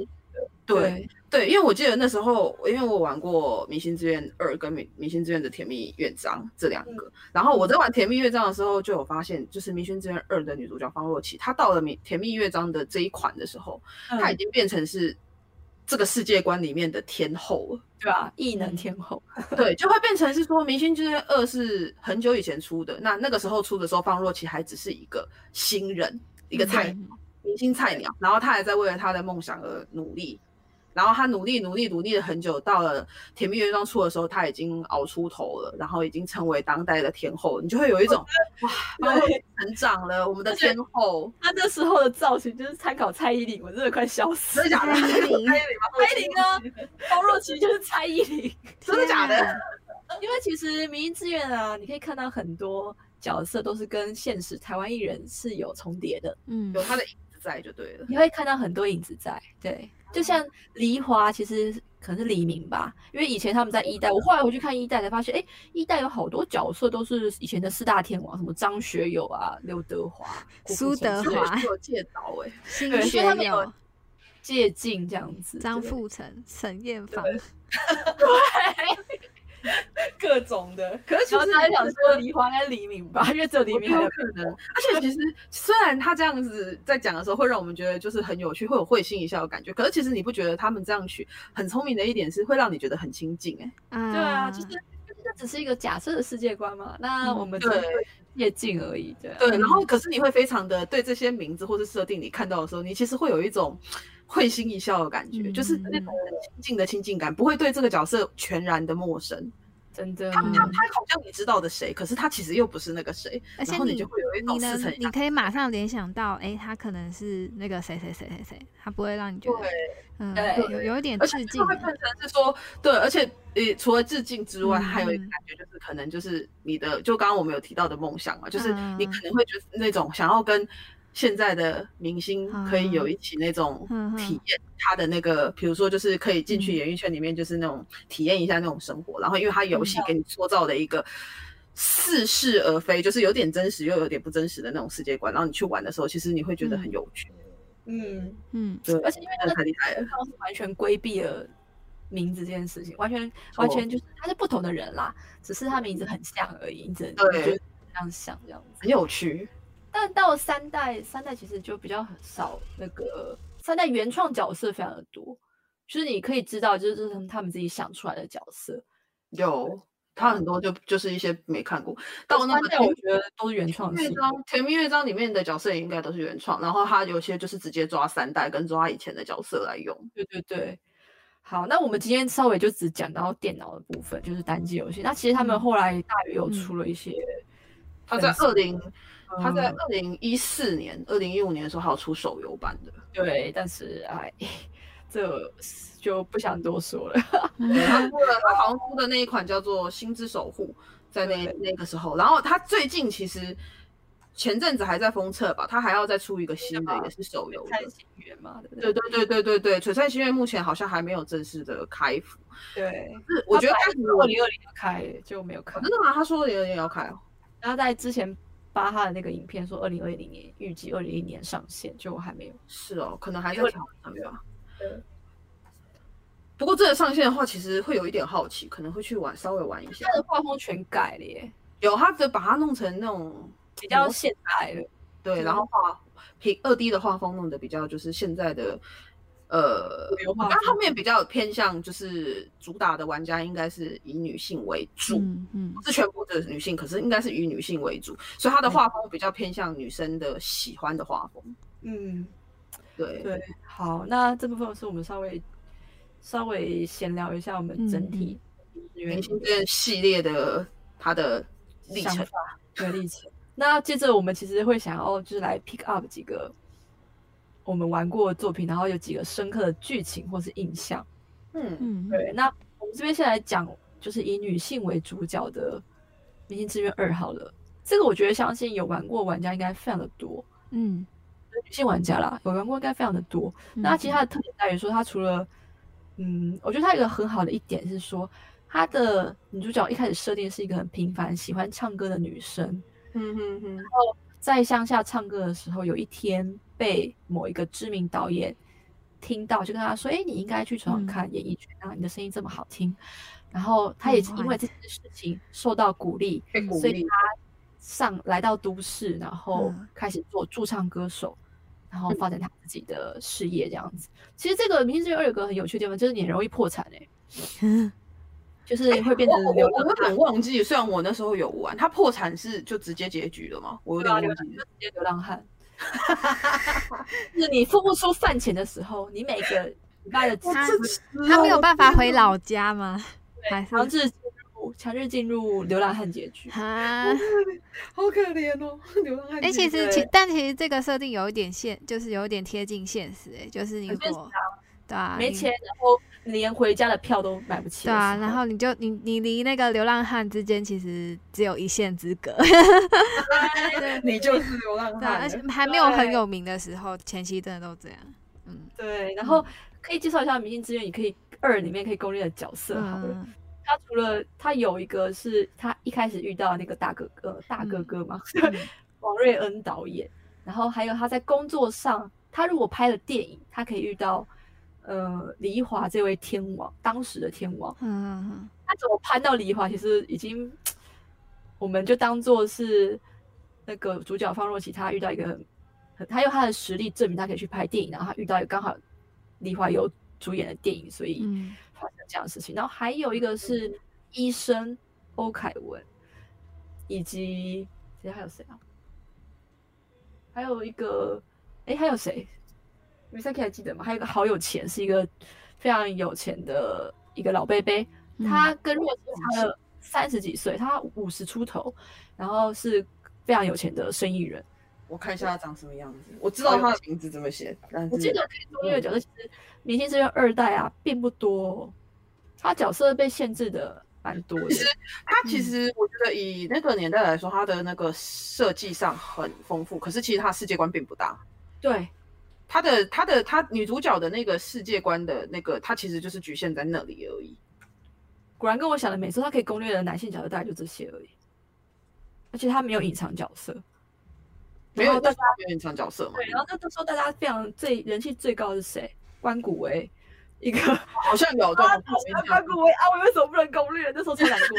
Speaker 4: 对对，因为我记得那时候，因为我玩过《明星志愿二》跟《明明星志愿的甜蜜乐章》这两个，然后我在玩《甜蜜乐章》的时候，就有发现，就是《明星志愿二》的女主角方若琪，她到了《明甜蜜乐章》的这一款的时候，
Speaker 2: 嗯
Speaker 4: 她
Speaker 3: 嗯
Speaker 4: 已经变成是这个世界观里面的天后了。
Speaker 3: 对吧？异能天后，
Speaker 4: 对，就会变成是说，《明星之愿二》是很久以前出的，那那个时候出的时候，方若琪还只是一个新人，一
Speaker 2: 嗯
Speaker 4: 个菜鸟，明星菜鸟，然后他还在为了他的梦想而努力，然后他努力努力努力了很久，到了《甜蜜乐章》出的时候，他已经熬出头了，然后已经成为当代的天后，你就会有一种哇，方若琪成长了，我们的
Speaker 3: 而且
Speaker 4: 天后，
Speaker 3: 他那时候的造型就是参考蔡依林，我真的快笑死
Speaker 4: 真的假
Speaker 3: 了。
Speaker 4: 的？
Speaker 2: 蔡依林
Speaker 3: 蔡依林啊， 包若琪就是蔡依林。
Speaker 4: 真的假
Speaker 3: 啊
Speaker 4: 的？
Speaker 3: 因为其实《民意志愿》啊，你可以看到很多角色都是跟现实台湾艺人是有重叠的，
Speaker 2: 嗯
Speaker 4: 有他的影子在就对了。
Speaker 3: 你会看到很多影子在。对，就像黎华，其实可能是黎明吧，因为以前他们在一代，我后来回去看一代才发现，哎，一代有好多角色都是以前的四大天王，什么张学友啊、刘德华、郭富
Speaker 2: 苏德
Speaker 3: 城之类的
Speaker 2: 华
Speaker 4: 我借到哎，
Speaker 2: 新
Speaker 3: 对所以他
Speaker 2: 学
Speaker 3: 们
Speaker 2: 友
Speaker 3: 有借镜这样子，
Speaker 2: 张
Speaker 3: 对
Speaker 2: 富成、沈艳芳，
Speaker 3: 各种的。
Speaker 4: 可是其
Speaker 3: 然后
Speaker 4: 实
Speaker 3: 他还想说梨花跟黎明吧，因为只有黎
Speaker 4: 我
Speaker 3: 明
Speaker 4: 觉
Speaker 3: 还
Speaker 4: 得
Speaker 3: 有
Speaker 4: 有可能。而且其实虽然他这样子在讲的时候，会让我们觉得就是很有趣，会有会心一笑的感觉。可是其实你不觉得他们这样取很聪明的一点是会让你觉得很亲近哎、
Speaker 2: 对
Speaker 3: 对啊，就是就是这只是一个假设的世界观嘛，那我们只是
Speaker 4: 嗯对
Speaker 3: 借镜而已，对啊
Speaker 4: 对，然后可是你会非常的对这些名字或是设定你看到的时候，你其实会有一种会心一笑的感觉，就是那种很亲近的亲近感，不会对这个角色全然的陌生。
Speaker 3: 真的
Speaker 4: 他他他好像你知道的谁，可是他其实又不是那个谁，
Speaker 2: 而且
Speaker 4: 然后
Speaker 2: 你
Speaker 4: 你就会有一种
Speaker 2: 你
Speaker 4: 似
Speaker 2: 能
Speaker 4: 曾
Speaker 2: 你
Speaker 4: 相
Speaker 2: 可以马上联想到，哎，他可能是那个谁谁谁谁谁，他不会让你觉得
Speaker 4: 对，
Speaker 2: 嗯，
Speaker 3: 对
Speaker 2: 有有一点
Speaker 4: 而且
Speaker 2: 致
Speaker 4: 就
Speaker 2: 敬
Speaker 4: 会
Speaker 2: 啊，
Speaker 4: 变成是说，对，而且呃，除了致敬之外，
Speaker 2: 嗯
Speaker 4: 还有一个感觉就是，可能就是你的，就刚刚我们有提到的梦想嘛，就是你
Speaker 2: 嗯
Speaker 4: 可能会觉得那种想要跟现在的明星可以有一起那种
Speaker 2: 嗯嗯嗯
Speaker 4: 体验他的那个，比如说就是可以进去演艺圈里面，就是那种体验一下那种生活，然后因为他游
Speaker 2: 嗯
Speaker 4: 戏给你塑造的一个。似是而非，就是有点真实又有点不真实的那种世界观。然后你去玩的时候，其实你会觉得很有趣，
Speaker 5: 嗯，
Speaker 2: 嗯，
Speaker 4: 对，
Speaker 3: 而且因为
Speaker 4: 真的太厉害了。
Speaker 3: 他们是完全规避了名字这件事情，完全
Speaker 4: 错
Speaker 3: 完全就是他是不同的人啦，只是他名字很像而已，你只能
Speaker 4: 对
Speaker 3: 你就这样想这样子。
Speaker 4: 很有趣，
Speaker 3: 但到了三代，三代其实就比较少那个三代原创角色非常的多，就是你可以知道，就是他们他们自己想出来的角色。
Speaker 4: 有他很多就就是一些没看过，到那
Speaker 3: 三
Speaker 4: 个
Speaker 3: 代
Speaker 4: 甜
Speaker 3: 嗯我觉得都是原创
Speaker 4: 蜜乐
Speaker 3: 性。
Speaker 4: 章《甜蜜乐章》里面的角色也应该都是原创，然后他有些就是直接抓三代跟抓以前的角色来用。
Speaker 3: 对对对，好，那我们今天稍微就只讲到电脑的部分，就是单机游戏。那其实他们
Speaker 2: 嗯
Speaker 3: 后来大鱼有
Speaker 2: 嗯
Speaker 3: 出了一些，
Speaker 4: 他在
Speaker 3: 对
Speaker 4: 二零，他在
Speaker 3: 嗯
Speaker 4: 二零一四年、二零一五年的时候，还有出手游版的。
Speaker 3: 对，但是哎，这就不想多说了。
Speaker 4: 对
Speaker 3: 啊
Speaker 4: 他出了他好像出的那一款叫做《星之守护》，在那那个时候，然后他最近其实前阵子还在封测吧，他还要再出一个新
Speaker 3: 啊
Speaker 4: 的，也是手游的
Speaker 3: 三。星元嘛，对不
Speaker 4: 对
Speaker 3: 对
Speaker 4: 对对对对对，璀璨星月目前好像还没有正式的开服，
Speaker 3: 对，
Speaker 4: 是我觉得开服
Speaker 3: 二零二零要开就没有开
Speaker 4: 哦，真的吗？他说有点要开哦。
Speaker 3: 然后在之前巴哈的那个影片说二零二零年预计二零一年上线，就还没有。
Speaker 4: 是哦，可能还
Speaker 3: 因
Speaker 4: 在
Speaker 3: 为
Speaker 4: 调整吧
Speaker 3: 对。
Speaker 4: 不过这个上线的话，其实会有一点好奇，可能会去玩稍微玩一下
Speaker 3: 他。的画风全改了耶，
Speaker 4: 有，他的把它弄成那种
Speaker 3: 比较现代了。
Speaker 4: 对，然后画平二 D 的画风弄得比较就是现在的。呃
Speaker 5: 主流，画
Speaker 4: 它后
Speaker 5: 风
Speaker 4: 面比较偏向就是主打的玩家应该是以女性为主，
Speaker 2: 嗯嗯
Speaker 4: 不是全部的女性，可是应该是以女性为主，所以她的画风比较偏向女生的喜欢的画风。
Speaker 5: 嗯，
Speaker 4: 对，
Speaker 3: 对，好，那这部分是我们稍微稍微闲聊一下我们整体女
Speaker 4: 明
Speaker 3: 明
Speaker 4: 星这系列的它的历
Speaker 3: 想
Speaker 4: 程，
Speaker 3: 法对历程。那接着我们其实会想要就是来 pick up 几个我们玩过的作品，然后有几个深刻的剧情或是印象。
Speaker 4: 嗯，
Speaker 2: 嗯，
Speaker 3: 对，那我们这边先来讲，就是以女性为主角的《明星志愿二》好了。这个我觉得相信有玩过玩家应该非常的多，
Speaker 2: 嗯，
Speaker 3: 女性玩家啦，有玩过应该非常的多。那其实它的特点在于说，它除了，嗯，我觉得它有一个很好的一点是说，它的女主角一开始设定是一个很平凡、喜欢唱歌的女生，
Speaker 4: 嗯哼哼，
Speaker 3: 在乡下唱歌的时候，有一天被某一个知名导演听到，就跟他说：“哎、你应该去闯闯看演艺圈啊，你的声音这么好听。”然后他也
Speaker 2: 梦
Speaker 3: 因
Speaker 2: 幻
Speaker 3: 为这件事情受到鼓励，
Speaker 4: 被鼓
Speaker 3: 所以
Speaker 4: 励
Speaker 3: 他，上来到都市，然后
Speaker 2: 嗯
Speaker 3: 开始做驻唱歌手，然后发展他自己的事业这样子。其实这个《明星志愿二》有个很有趣的地方，就是你很容易破产哎、就是会变
Speaker 4: 我
Speaker 3: 成
Speaker 4: 我
Speaker 3: 流
Speaker 4: 我我
Speaker 3: 浪
Speaker 4: 有
Speaker 3: 汉
Speaker 4: 点，忘记，虽然我那时候有玩，它破产是就直接结局了吗？我有
Speaker 3: 对
Speaker 4: 点
Speaker 3: 啊
Speaker 4: 忘
Speaker 3: 流
Speaker 4: 记了。
Speaker 3: 直接流浪汉。就是你付不出饭钱的时候，你每个礼拜的支
Speaker 2: 他
Speaker 3: 出
Speaker 2: 他没有办法回老家吗？还是
Speaker 3: 强制进入强制进入流浪汉结局。
Speaker 2: 啊？
Speaker 5: 好可怜哦，流浪汉。
Speaker 2: 哎、其实其但其实这个设定有一点现，就是有一点贴近现实、哎，就是你如
Speaker 3: 很现实
Speaker 2: 果对啊，
Speaker 3: 没
Speaker 2: 你
Speaker 3: 钱，哦然后连回家的票都买不起的
Speaker 2: 对
Speaker 3: 时候。
Speaker 2: 啊，然后你就你你离那个流浪汉之间其实只有一线之隔，
Speaker 5: 你就是流浪
Speaker 2: 对啊，而
Speaker 5: 汉
Speaker 2: 且
Speaker 5: 了，
Speaker 2: 还没有很有名的时候，前期真的都这样，嗯，
Speaker 3: 对，然后可以介绍一下《明星志愿》，也可以二里面可以攻略的角色好了。
Speaker 2: 嗯
Speaker 3: 他除了他有一个是他一开始遇到那个大哥哥，大哥哥嘛，
Speaker 2: 嗯
Speaker 3: 王瑞恩导演，然后还有他在工作上，他如果拍了电影，他可以遇到呃李华这位天王，当时的天王，
Speaker 2: 嗯嗯
Speaker 3: 他怎么攀到李华，其实已经我们就当做是那个主角方若琪，他遇到一个很很，他用他的实力证明他可以去拍电影，然后他遇到一个刚好李华有主演的电影，所以
Speaker 2: 嗯
Speaker 3: 发生这样的事情。然后还有一个是医生欧凯文，以及其实还有谁啊？还有一个，哎，还有谁？你们三 K 还记得吗？还有一个好有钱，是一个非常有钱的一个老贝贝，
Speaker 2: 嗯
Speaker 3: 他跟若曦差了三十几岁，他五十出头，然后是非常有钱的生意人。
Speaker 4: 我看一下它长什么样子，我知道它的名字怎么写，但是
Speaker 3: 我记得可以做这个角色，其实《明星之愿二代》啊并不多哦、他角色被限制的蛮多的。
Speaker 4: 它
Speaker 2: 嗯
Speaker 4: 其实我觉得以那个年代来说，它的那个设计上很丰富，可是其实它世界观并不大。
Speaker 3: 对，
Speaker 4: 它的它的它女主角的那个世界观的那个，它其实就是局限在那里而已。
Speaker 3: 果然跟我想的每次他可以攻略的男性角色大概就这些而已，而且他没有隐藏角色。
Speaker 4: 没
Speaker 3: 然
Speaker 4: 有
Speaker 3: 后大
Speaker 4: 大
Speaker 3: 家
Speaker 4: 家有点长角色嘛
Speaker 3: 哦啊对，，然后那那时候大家非常最人气最高的是谁？关谷维，一个
Speaker 4: 好像有对，好像有印象
Speaker 3: 啊关谷维啊，我为什么不能攻略？那时候超难过。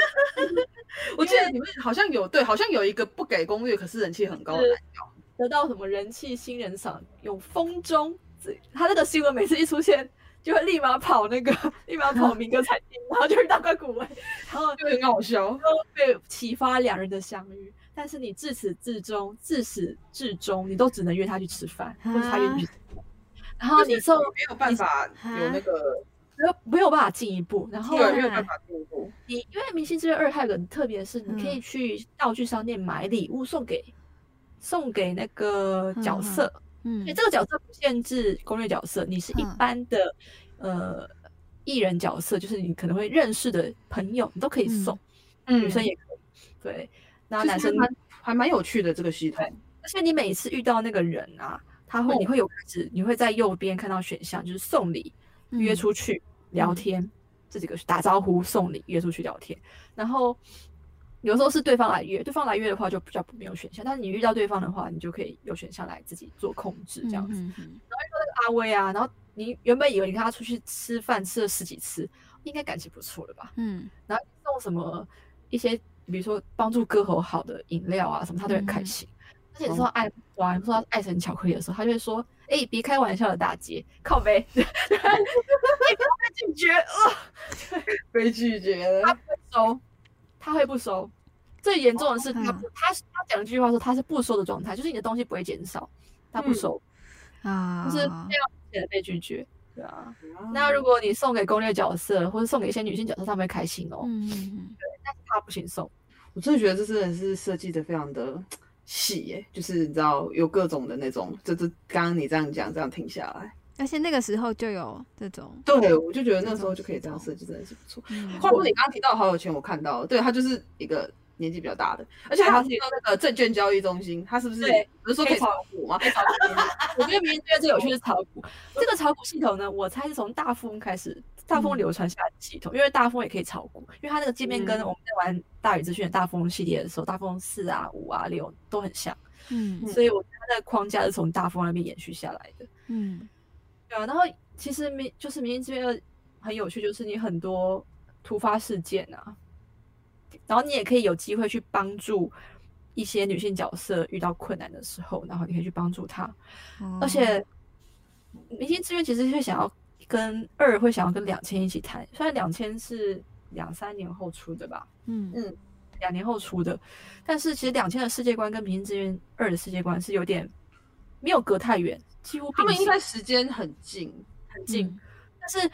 Speaker 4: 我记得你们好像有对，好像有一个不给攻略，可是人气很高的
Speaker 3: 是 得到什么人气新人赏，有风中，这他那个新闻每次一出现，就会立马跑那个， 立马跑民歌餐厅，然后就遇到关谷维，然后
Speaker 4: 就很好
Speaker 3: 哦
Speaker 4: 笑。
Speaker 3: 被启发两人的相遇。但是你自始至终，自始至终，你都只能约他去吃饭，或者他约你
Speaker 2: 啊
Speaker 3: 去吃饭。然后你受
Speaker 4: 没有办法有那个，
Speaker 3: 没有没有办法进一步，然后
Speaker 4: 对，没有办法进步。
Speaker 3: 你因为《明星之约二》还有个很特别的是，你
Speaker 2: 嗯
Speaker 3: 可以去道具商店买礼物送给送给那个角色，
Speaker 2: 嗯
Speaker 3: 所以这个角色不限制攻略角色，你是一
Speaker 2: 嗯
Speaker 3: 般的、呃艺人角色，就是你可能会认识的朋友，你都可以
Speaker 2: 嗯
Speaker 3: 送，女生也可以。对，那
Speaker 4: 就是
Speaker 3: 男生
Speaker 4: 嗯还蛮还蛮有趣的这个系统，
Speaker 3: 而且你每次遇到那个人啊，他
Speaker 2: 嗯
Speaker 3: 会、你会有开始，你会在右边看到选项，就是送礼、
Speaker 2: 嗯
Speaker 3: 约出去、聊天、这几个打招呼、送礼、约出去聊天。然后有时候是对方来约，对方来约的话就比较没有选项，但是你遇到对方的话，你就可以有选项来自己做控制这样子。
Speaker 2: 嗯嗯
Speaker 3: 阿威啊，然后你原本以为你跟他出去吃饭吃了十几次，应该感情不错了吧？
Speaker 2: 嗯
Speaker 3: 然后送什么一些，比如说帮助歌喉好的饮料啊什么，他都很开心。而且说爱玩，说到爱神巧克力的时候，他就会说：“哎、别开玩笑的大姐，靠背，你不要被拒绝啊，
Speaker 5: 被拒绝
Speaker 4: 啊
Speaker 5: 了。
Speaker 3: 收，他会不收。最严哦重的啊是他不，
Speaker 2: 嗯
Speaker 3: 他他讲一句话说他是不收的状态，就是你的东西不会减少，他不
Speaker 5: 嗯
Speaker 3: 收，
Speaker 2: 啊，
Speaker 3: 就是非常明显的被拒绝。”对啊，那
Speaker 4: 那
Speaker 3: 如果你送给攻略角色，或者送给一些女性角色，他们会开心哦。
Speaker 2: 嗯，嗯
Speaker 3: 他不行送，
Speaker 4: 我真的觉得这真的是设计的非常的细耶、就是你知道有各种的那种，就是刚刚你这样讲，这样停下来，
Speaker 2: 而且那个时候就有这种，
Speaker 4: 对我就觉得那时候就可以这样设计，真的是不错。
Speaker 2: 嗯
Speaker 4: 话说你刚刚提到好友钱，我看到了，对他就是一个年纪比较大的，而且他提到那个证券交易中心，他是不是
Speaker 3: 对
Speaker 4: 不是说可以
Speaker 3: 可以炒
Speaker 4: 炒股吗？
Speaker 3: 我觉得民间觉得最有趣的是炒股。这个炒股系统呢，我猜是从大富翁开始，大富翁流传下来的系统，因为大富翁也可以炒股，因为它那个界面跟
Speaker 4: 嗯
Speaker 3: 我们在玩大宇资讯的大富翁系列的时候，大富翁四啊、五啊、六都很像，
Speaker 2: 嗯
Speaker 3: 所以我觉得它的框架是从大富翁那边延续下来的。
Speaker 2: 嗯
Speaker 3: 对啊，然后其实民就是民间这边很有趣，就是你很多突发事件啊，然后你也可以有机会去帮助一些女性角色遇到困难的时候，然后你可以去帮助她。
Speaker 2: 嗯，
Speaker 4: 哦
Speaker 3: 而且明星志愿其实会想要跟二会想要跟两千一起谈，虽然两千是两三年后出的吧，
Speaker 2: 嗯
Speaker 3: 两年后出的，但是其实两千的世界观跟明星志愿二的世界观是有点没有隔太远，几乎
Speaker 4: 他们
Speaker 3: 并
Speaker 4: 应
Speaker 3: 行
Speaker 4: 该时间很近，
Speaker 3: 很近。但是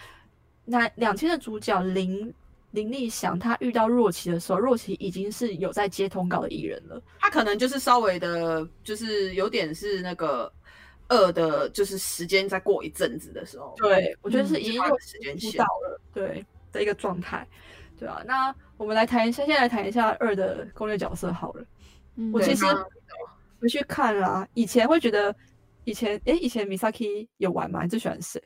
Speaker 3: 那两千的主角林林立祥，他遇到若琪的时候，若琪已经是有在接通告的艺人了，
Speaker 4: 他可能就是稍微的，就是有点是那个二的，就是时间再过一阵子的时候，
Speaker 3: 对我觉得是
Speaker 4: 嗯
Speaker 3: 已经
Speaker 4: 就他
Speaker 3: 有
Speaker 4: 的时间
Speaker 3: 出
Speaker 4: 线
Speaker 3: 道了，对的一个状态，对啊。那我们来谈一下，现在来谈一下二的攻略角色好了。
Speaker 2: 嗯
Speaker 3: 我
Speaker 4: 对
Speaker 3: 其实
Speaker 4: 他
Speaker 3: 回去看啦、以前会觉得，以前诶，以前 Misaki 有玩吗？你最喜欢谁？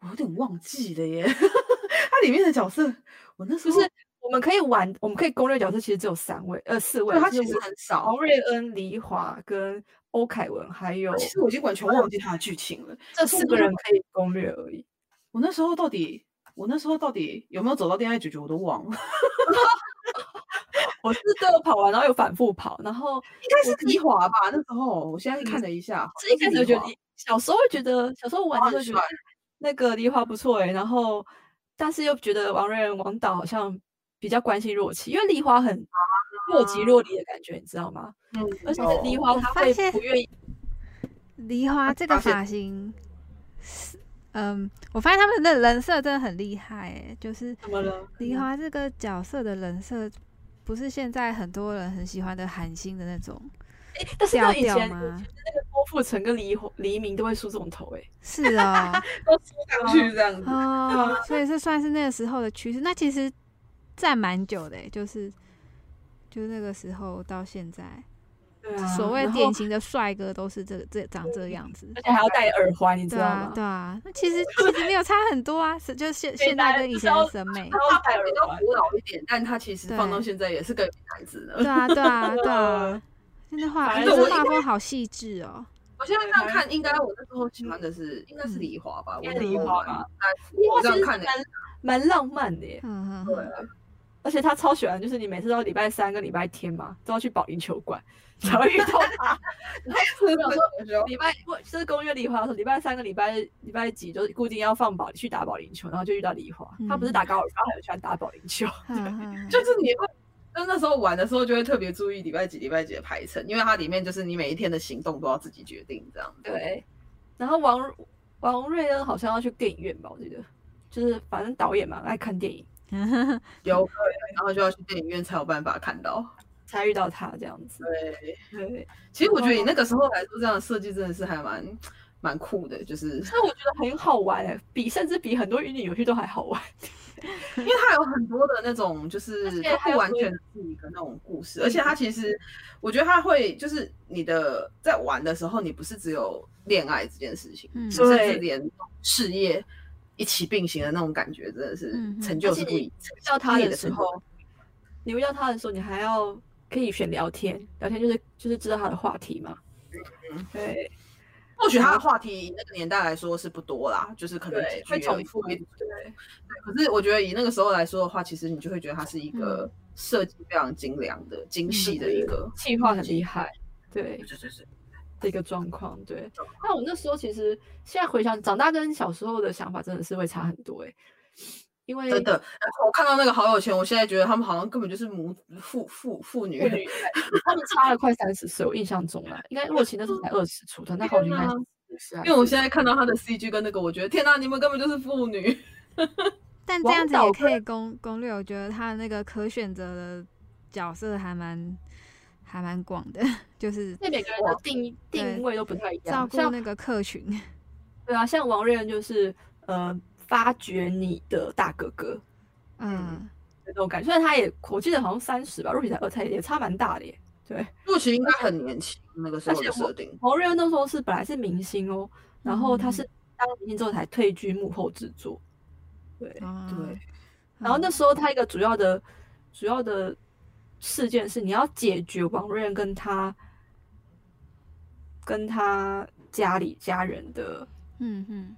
Speaker 4: 我有点忘记了耶。 他里面的角色，我那时
Speaker 3: 就
Speaker 4: 候
Speaker 3: 是我们可以玩，我们可以攻略角色其实只有三位，呃，四位
Speaker 4: 对。他
Speaker 3: 就
Speaker 4: 其
Speaker 3: 是
Speaker 4: 实很少
Speaker 3: 王，瑞恩、黎华跟欧凯文，还有
Speaker 4: 其实我已经完全忘记他的剧情了。
Speaker 3: 这四个人可以攻略而已。
Speaker 4: 我那时候到底，我那时候到底有没有走到恋爱结局，我都忘了。
Speaker 3: 我是都有跑完，然后有反复跑，然后
Speaker 4: 应该
Speaker 3: 我
Speaker 4: 是
Speaker 3: 自己
Speaker 4: 黎华吧？那时候我现在看了一下，好
Speaker 3: 是一
Speaker 4: 像
Speaker 3: 开
Speaker 4: 嗯是
Speaker 3: 始就
Speaker 4: 黎
Speaker 3: 觉
Speaker 4: 华
Speaker 3: 得小时候会觉得小时候玩
Speaker 4: 华
Speaker 3: 的时候
Speaker 4: 很
Speaker 3: 觉得
Speaker 4: 帅
Speaker 3: 那个梨花不错哎、然后但是又觉得王瑞仁王导好像比较关心若琪，因为梨花很
Speaker 2: 啊
Speaker 3: 若即若离的感觉，你知道吗？
Speaker 4: 嗯，
Speaker 3: 而且
Speaker 4: 有
Speaker 3: 是梨花
Speaker 2: 哦我
Speaker 3: 他
Speaker 2: 发
Speaker 3: 会
Speaker 2: 现
Speaker 3: 不愿意，
Speaker 2: 梨
Speaker 3: 啊
Speaker 2: 花这个
Speaker 4: 发现
Speaker 2: 发型是，嗯，我发现他们的人设真的很厉害、欸，就是
Speaker 3: 怎么了？
Speaker 2: 梨花这个角色的人设，不是现在很多人很喜欢的韩星的那种
Speaker 3: 诶但是
Speaker 2: 调
Speaker 3: 到以前
Speaker 2: 调
Speaker 3: 我觉得
Speaker 2: 吗？
Speaker 3: 那个郭富城跟黎华黎明都会梳这种头哎、
Speaker 2: 是哦，
Speaker 5: 上去这样子，
Speaker 2: 哦，所以这算是那个时候的趋势。那其实站蛮久的、欸，就是就那个时候到现在，
Speaker 3: 对啊
Speaker 2: 所谓
Speaker 3: 然后
Speaker 2: 典型的帅哥都是这这长这样子。
Speaker 3: 而且还要戴耳环，你知
Speaker 2: 对
Speaker 3: 道
Speaker 2: 啊
Speaker 3: 吗，？
Speaker 2: 对啊，那其实其实没有差很多啊，是就是现
Speaker 3: 对
Speaker 2: 现
Speaker 3: 大
Speaker 2: 在
Speaker 3: 家
Speaker 2: 跟以
Speaker 3: 就是
Speaker 2: 前的
Speaker 3: 要
Speaker 2: 审美
Speaker 3: 还，要戴耳
Speaker 4: 比较
Speaker 3: 环，
Speaker 4: 嗯古老一点，但他其实放到
Speaker 2: 对
Speaker 4: 现在也是个男子呢。
Speaker 2: 对啊，对啊，对啊
Speaker 3: 呃，
Speaker 2: 真的画，
Speaker 3: 反
Speaker 2: 真
Speaker 3: 正
Speaker 2: 的
Speaker 3: 我
Speaker 2: 画风好细致哦。
Speaker 4: 我现在
Speaker 3: 对
Speaker 4: 这样
Speaker 3: 还
Speaker 4: 看，应该我那时候喜欢的是应该是
Speaker 2: 嗯
Speaker 4: 梨花吧，
Speaker 3: 应
Speaker 4: 我
Speaker 3: 该
Speaker 4: 那
Speaker 3: 梨
Speaker 4: 时候
Speaker 3: 花
Speaker 4: 蛮
Speaker 3: 吧
Speaker 4: 我
Speaker 3: 哇
Speaker 4: 这样
Speaker 3: 其实
Speaker 4: 看的
Speaker 3: 蛮蛮浪漫的耶。
Speaker 2: 嗯
Speaker 4: 对
Speaker 2: 哼，
Speaker 3: 而且他超喜欢，就是你每次到礼拜三跟礼拜天嘛，都要去保龄球 馆才会遇到 他。
Speaker 5: 是不是？
Speaker 3: 礼拜不就是公约梨花的时候，礼拜三跟礼拜礼拜几就是固定要放保去打保龄球，然后就遇到梨花。他不是打高尔夫，他很喜欢打保龄球。
Speaker 2: 嗯哼，
Speaker 4: 就是你会，就那时候玩的时候就会特别注意礼拜几、礼拜几的排程，因为它里面就是你每一天的行动都要自己决定这样。
Speaker 3: 对， 然后王王瑞恩好像要去电影院吧，我记得，就是反正导演嘛爱看电影，
Speaker 2: 嗯
Speaker 4: 有，然后就要去电影院才有办法看到。
Speaker 3: 才遇到他这样子。
Speaker 4: 对，
Speaker 3: 对，
Speaker 4: 其实我觉得你
Speaker 3: 嗯
Speaker 4: 那个时候来说，这样的设计真的是还蛮蛮酷的，就是
Speaker 3: 但我觉得很好玩、欸，比甚至比很多云女游戏都还好玩。
Speaker 4: 因为它有很多的那种，就是
Speaker 3: 而且
Speaker 4: 它
Speaker 3: 还
Speaker 4: 不
Speaker 3: 有嗯
Speaker 4: 完
Speaker 3: 回
Speaker 4: 全是一个那种故事，而且它其实，我觉得它会就是你的在玩的时候，你不是只有恋爱这件事情，
Speaker 2: 嗯
Speaker 4: 甚
Speaker 3: 对
Speaker 4: 至连事业一起并行的那种感觉，真的是
Speaker 2: 嗯嗯
Speaker 4: 成就
Speaker 3: 而
Speaker 4: 是
Speaker 3: 且
Speaker 4: 不一
Speaker 3: 你。遇到他的时候，你遇到他的时候，你还要可以选聊天，聊天就是就是知道他的话题嘛。
Speaker 4: 嗯
Speaker 3: 对，
Speaker 4: 或许它的话题那个年代来说是不多啦，就是可能
Speaker 3: 嗯对
Speaker 4: 几句
Speaker 3: 会重
Speaker 4: 而已
Speaker 3: 复
Speaker 4: 会
Speaker 3: 对，
Speaker 4: 可是我觉得以那个时候来说的话，其实你就会嗯觉得它是一个设计非常精良的、精细的一个。
Speaker 3: 计划很厉害。对
Speaker 4: 对对对，
Speaker 3: 这个状况。对，那我那时候其实现在回想，长大跟小时候的想法真的是会差很多哎、因为
Speaker 4: 真的。然后我看到那个好有钱，我现在觉得他们好像根本就是母父父父女
Speaker 3: 妇，女他们差了快三十岁，我印象中啦，应该若琪那时候才二十出头，那好应该
Speaker 4: 天哪
Speaker 3: 是啊，
Speaker 4: 因为我现在看到他的 CG 跟那个，我觉得天哪，你们根本就是父女。
Speaker 2: 但这
Speaker 3: 王
Speaker 2: 样子
Speaker 3: 导
Speaker 2: 也可以攻攻略，我觉得他那个可选择的角色还蛮还蛮广的， 就是
Speaker 3: 对每个人的定
Speaker 2: 对
Speaker 3: 定位都不太一
Speaker 2: 照
Speaker 3: 样，
Speaker 2: 顾
Speaker 3: 像
Speaker 2: 那个客群。
Speaker 3: 对啊，像王瑞恩就是呃，发掘你的大哥哥
Speaker 2: 嗯，
Speaker 3: 那种感觉。虽然他也，我记得好像三十吧，若琪才二，才也差蛮大的耶。对，
Speaker 4: 陆琪应该很年轻，那个时候的设定。
Speaker 3: 王瑞恩那时候是本来是明星哦，然后他
Speaker 4: 嗯
Speaker 3: 是当明星之后才退居幕后制作。对，
Speaker 4: 嗯
Speaker 2: 哦
Speaker 4: 对，
Speaker 3: 然后那
Speaker 2: 嗯
Speaker 3: 时候他一个主要的主要的事件是你要解决王瑞恩跟他跟他家里家人的
Speaker 2: 嗯嗯，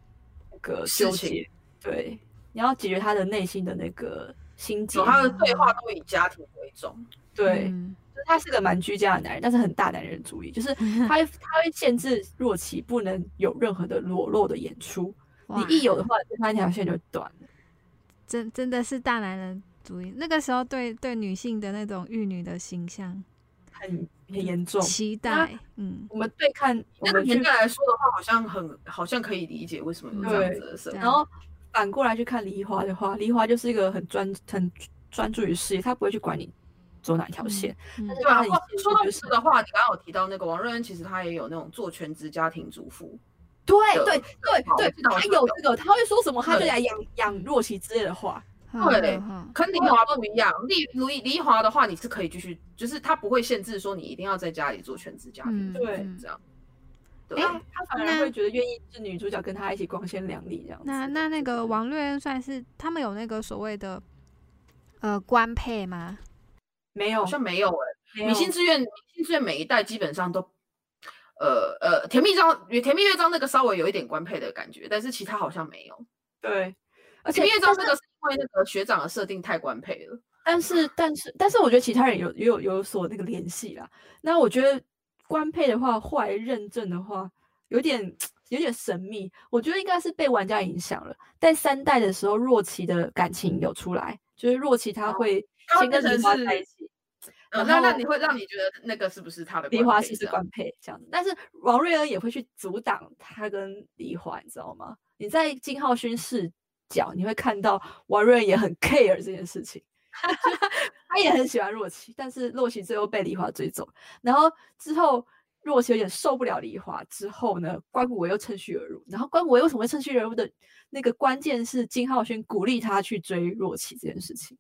Speaker 3: 那个
Speaker 4: 事
Speaker 3: 纠
Speaker 4: 情
Speaker 3: 结，对，你要解决他的内心的那个心结
Speaker 4: 有。哦他的对话都以家庭为重，
Speaker 3: 对，
Speaker 2: 嗯
Speaker 3: 就是他是个蛮居家的男人，但是很大男人主义， 就是他会他会限制若琪不能有任何的裸露的演出，
Speaker 2: 哇
Speaker 3: 你一有的话，就那条线就断了。
Speaker 2: 真真的是大男人主义。那个时候对对女性的那种玉女的形象
Speaker 3: 很很严重。
Speaker 2: 期待，嗯，
Speaker 3: 我们对看，我
Speaker 4: 那个
Speaker 3: 们
Speaker 4: 年
Speaker 3: 去
Speaker 4: 代来说的话，好像很好像可以理解为什么有这样子的设
Speaker 2: 对
Speaker 4: 定。
Speaker 3: 然后反过来去看梨花的话，梨花就是一个很专很专注于事业，他不会去管你走哪一条线。
Speaker 2: 嗯
Speaker 3: 但是
Speaker 4: 对啊，
Speaker 3: 他
Speaker 4: 哦
Speaker 3: 很
Speaker 4: 说到这的话，你刚刚有提到那个王瑞恩，其实他也有那种做全职家庭主妇，
Speaker 3: 对
Speaker 4: 的
Speaker 3: 对
Speaker 4: 好
Speaker 3: 对
Speaker 4: 知
Speaker 3: 对，
Speaker 4: 道
Speaker 3: 他
Speaker 4: 知道
Speaker 3: 有这个，他会说什么，他就
Speaker 4: 对
Speaker 3: 来养养若琪之类的话。
Speaker 2: 好
Speaker 4: 对
Speaker 2: 好
Speaker 3: 哎
Speaker 2: 好
Speaker 4: 跟黎华不一样。黎黎黎华的话，你是可以继续，就是他不会限制说你一定要在家里做全职家庭
Speaker 2: 嗯
Speaker 4: 主妇
Speaker 3: 对
Speaker 4: 这样。对啊
Speaker 3: 他他反而
Speaker 2: 那
Speaker 3: 会觉得愿意是女主角跟他一起光鲜亮丽这样子。
Speaker 2: 那那那个王瑞恩算是他们有那个所谓的呃官配吗？
Speaker 3: 没有
Speaker 4: 好，像没有哎、
Speaker 3: 没有
Speaker 4: 明星志愿，明星志愿每一代基本上都，呃呃，甜蜜章、甜蜜乐章那个稍微有一点官配的感觉，但是其他好像没有。
Speaker 3: 对，而且
Speaker 4: 甜蜜乐章
Speaker 3: 但
Speaker 4: 那个
Speaker 3: 是
Speaker 4: 是因为那个学长的设定太官配了，
Speaker 3: 但是但是但是，我觉得其他人有也有有所那个联系啦。那我觉得官配的话，后来认证的话，有点有点神秘。我觉得应该是被玩家影响了。在三代的时候，若琪的感情有出来，就是若琪她会
Speaker 4: 哦她会
Speaker 3: 先跟
Speaker 4: 变
Speaker 3: 梨
Speaker 4: 成
Speaker 3: 花
Speaker 4: 是
Speaker 3: 在一起，
Speaker 4: 呃，
Speaker 3: 然
Speaker 4: 那那
Speaker 3: 后
Speaker 4: 你会让你觉得那个是不是他的
Speaker 3: 梨花
Speaker 4: 官配
Speaker 3: 是
Speaker 4: 这
Speaker 3: 是
Speaker 4: 样？
Speaker 3: 官配这样子。但是王瑞恩也会去阻挡他跟梨花，你知道吗？你在金浩勋视角，你会看到王瑞恩也很 care 这件 事情。他也很喜欢若琪，但是若琪最后被梨花追走，然后之后若琪有点受不了梨花，之后呢，关谷唯又趁虚而入，然后关谷唯为什么会趁虚而入的那个关键是金浩轩鼓励他去追若琪这件事情，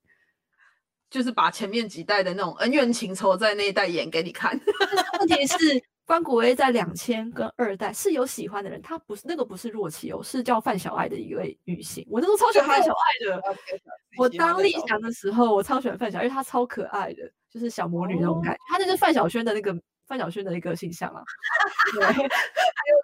Speaker 4: 就是把前面几代的那种恩怨情仇在那一代演给你 看。
Speaker 3: 啊问题是关谷威在两千跟二代是有喜欢的人，他不是那个不是若琪哦，是叫范小爱的一位女性，我那时候超喜欢范小爱的， 我当立
Speaker 4: 想。
Speaker 3: 翔的时候，我超喜欢范晓，因为她超可爱的，就是小魔女那种感觉。她就是范晓萱的那个范晓萱的一个形象啊。对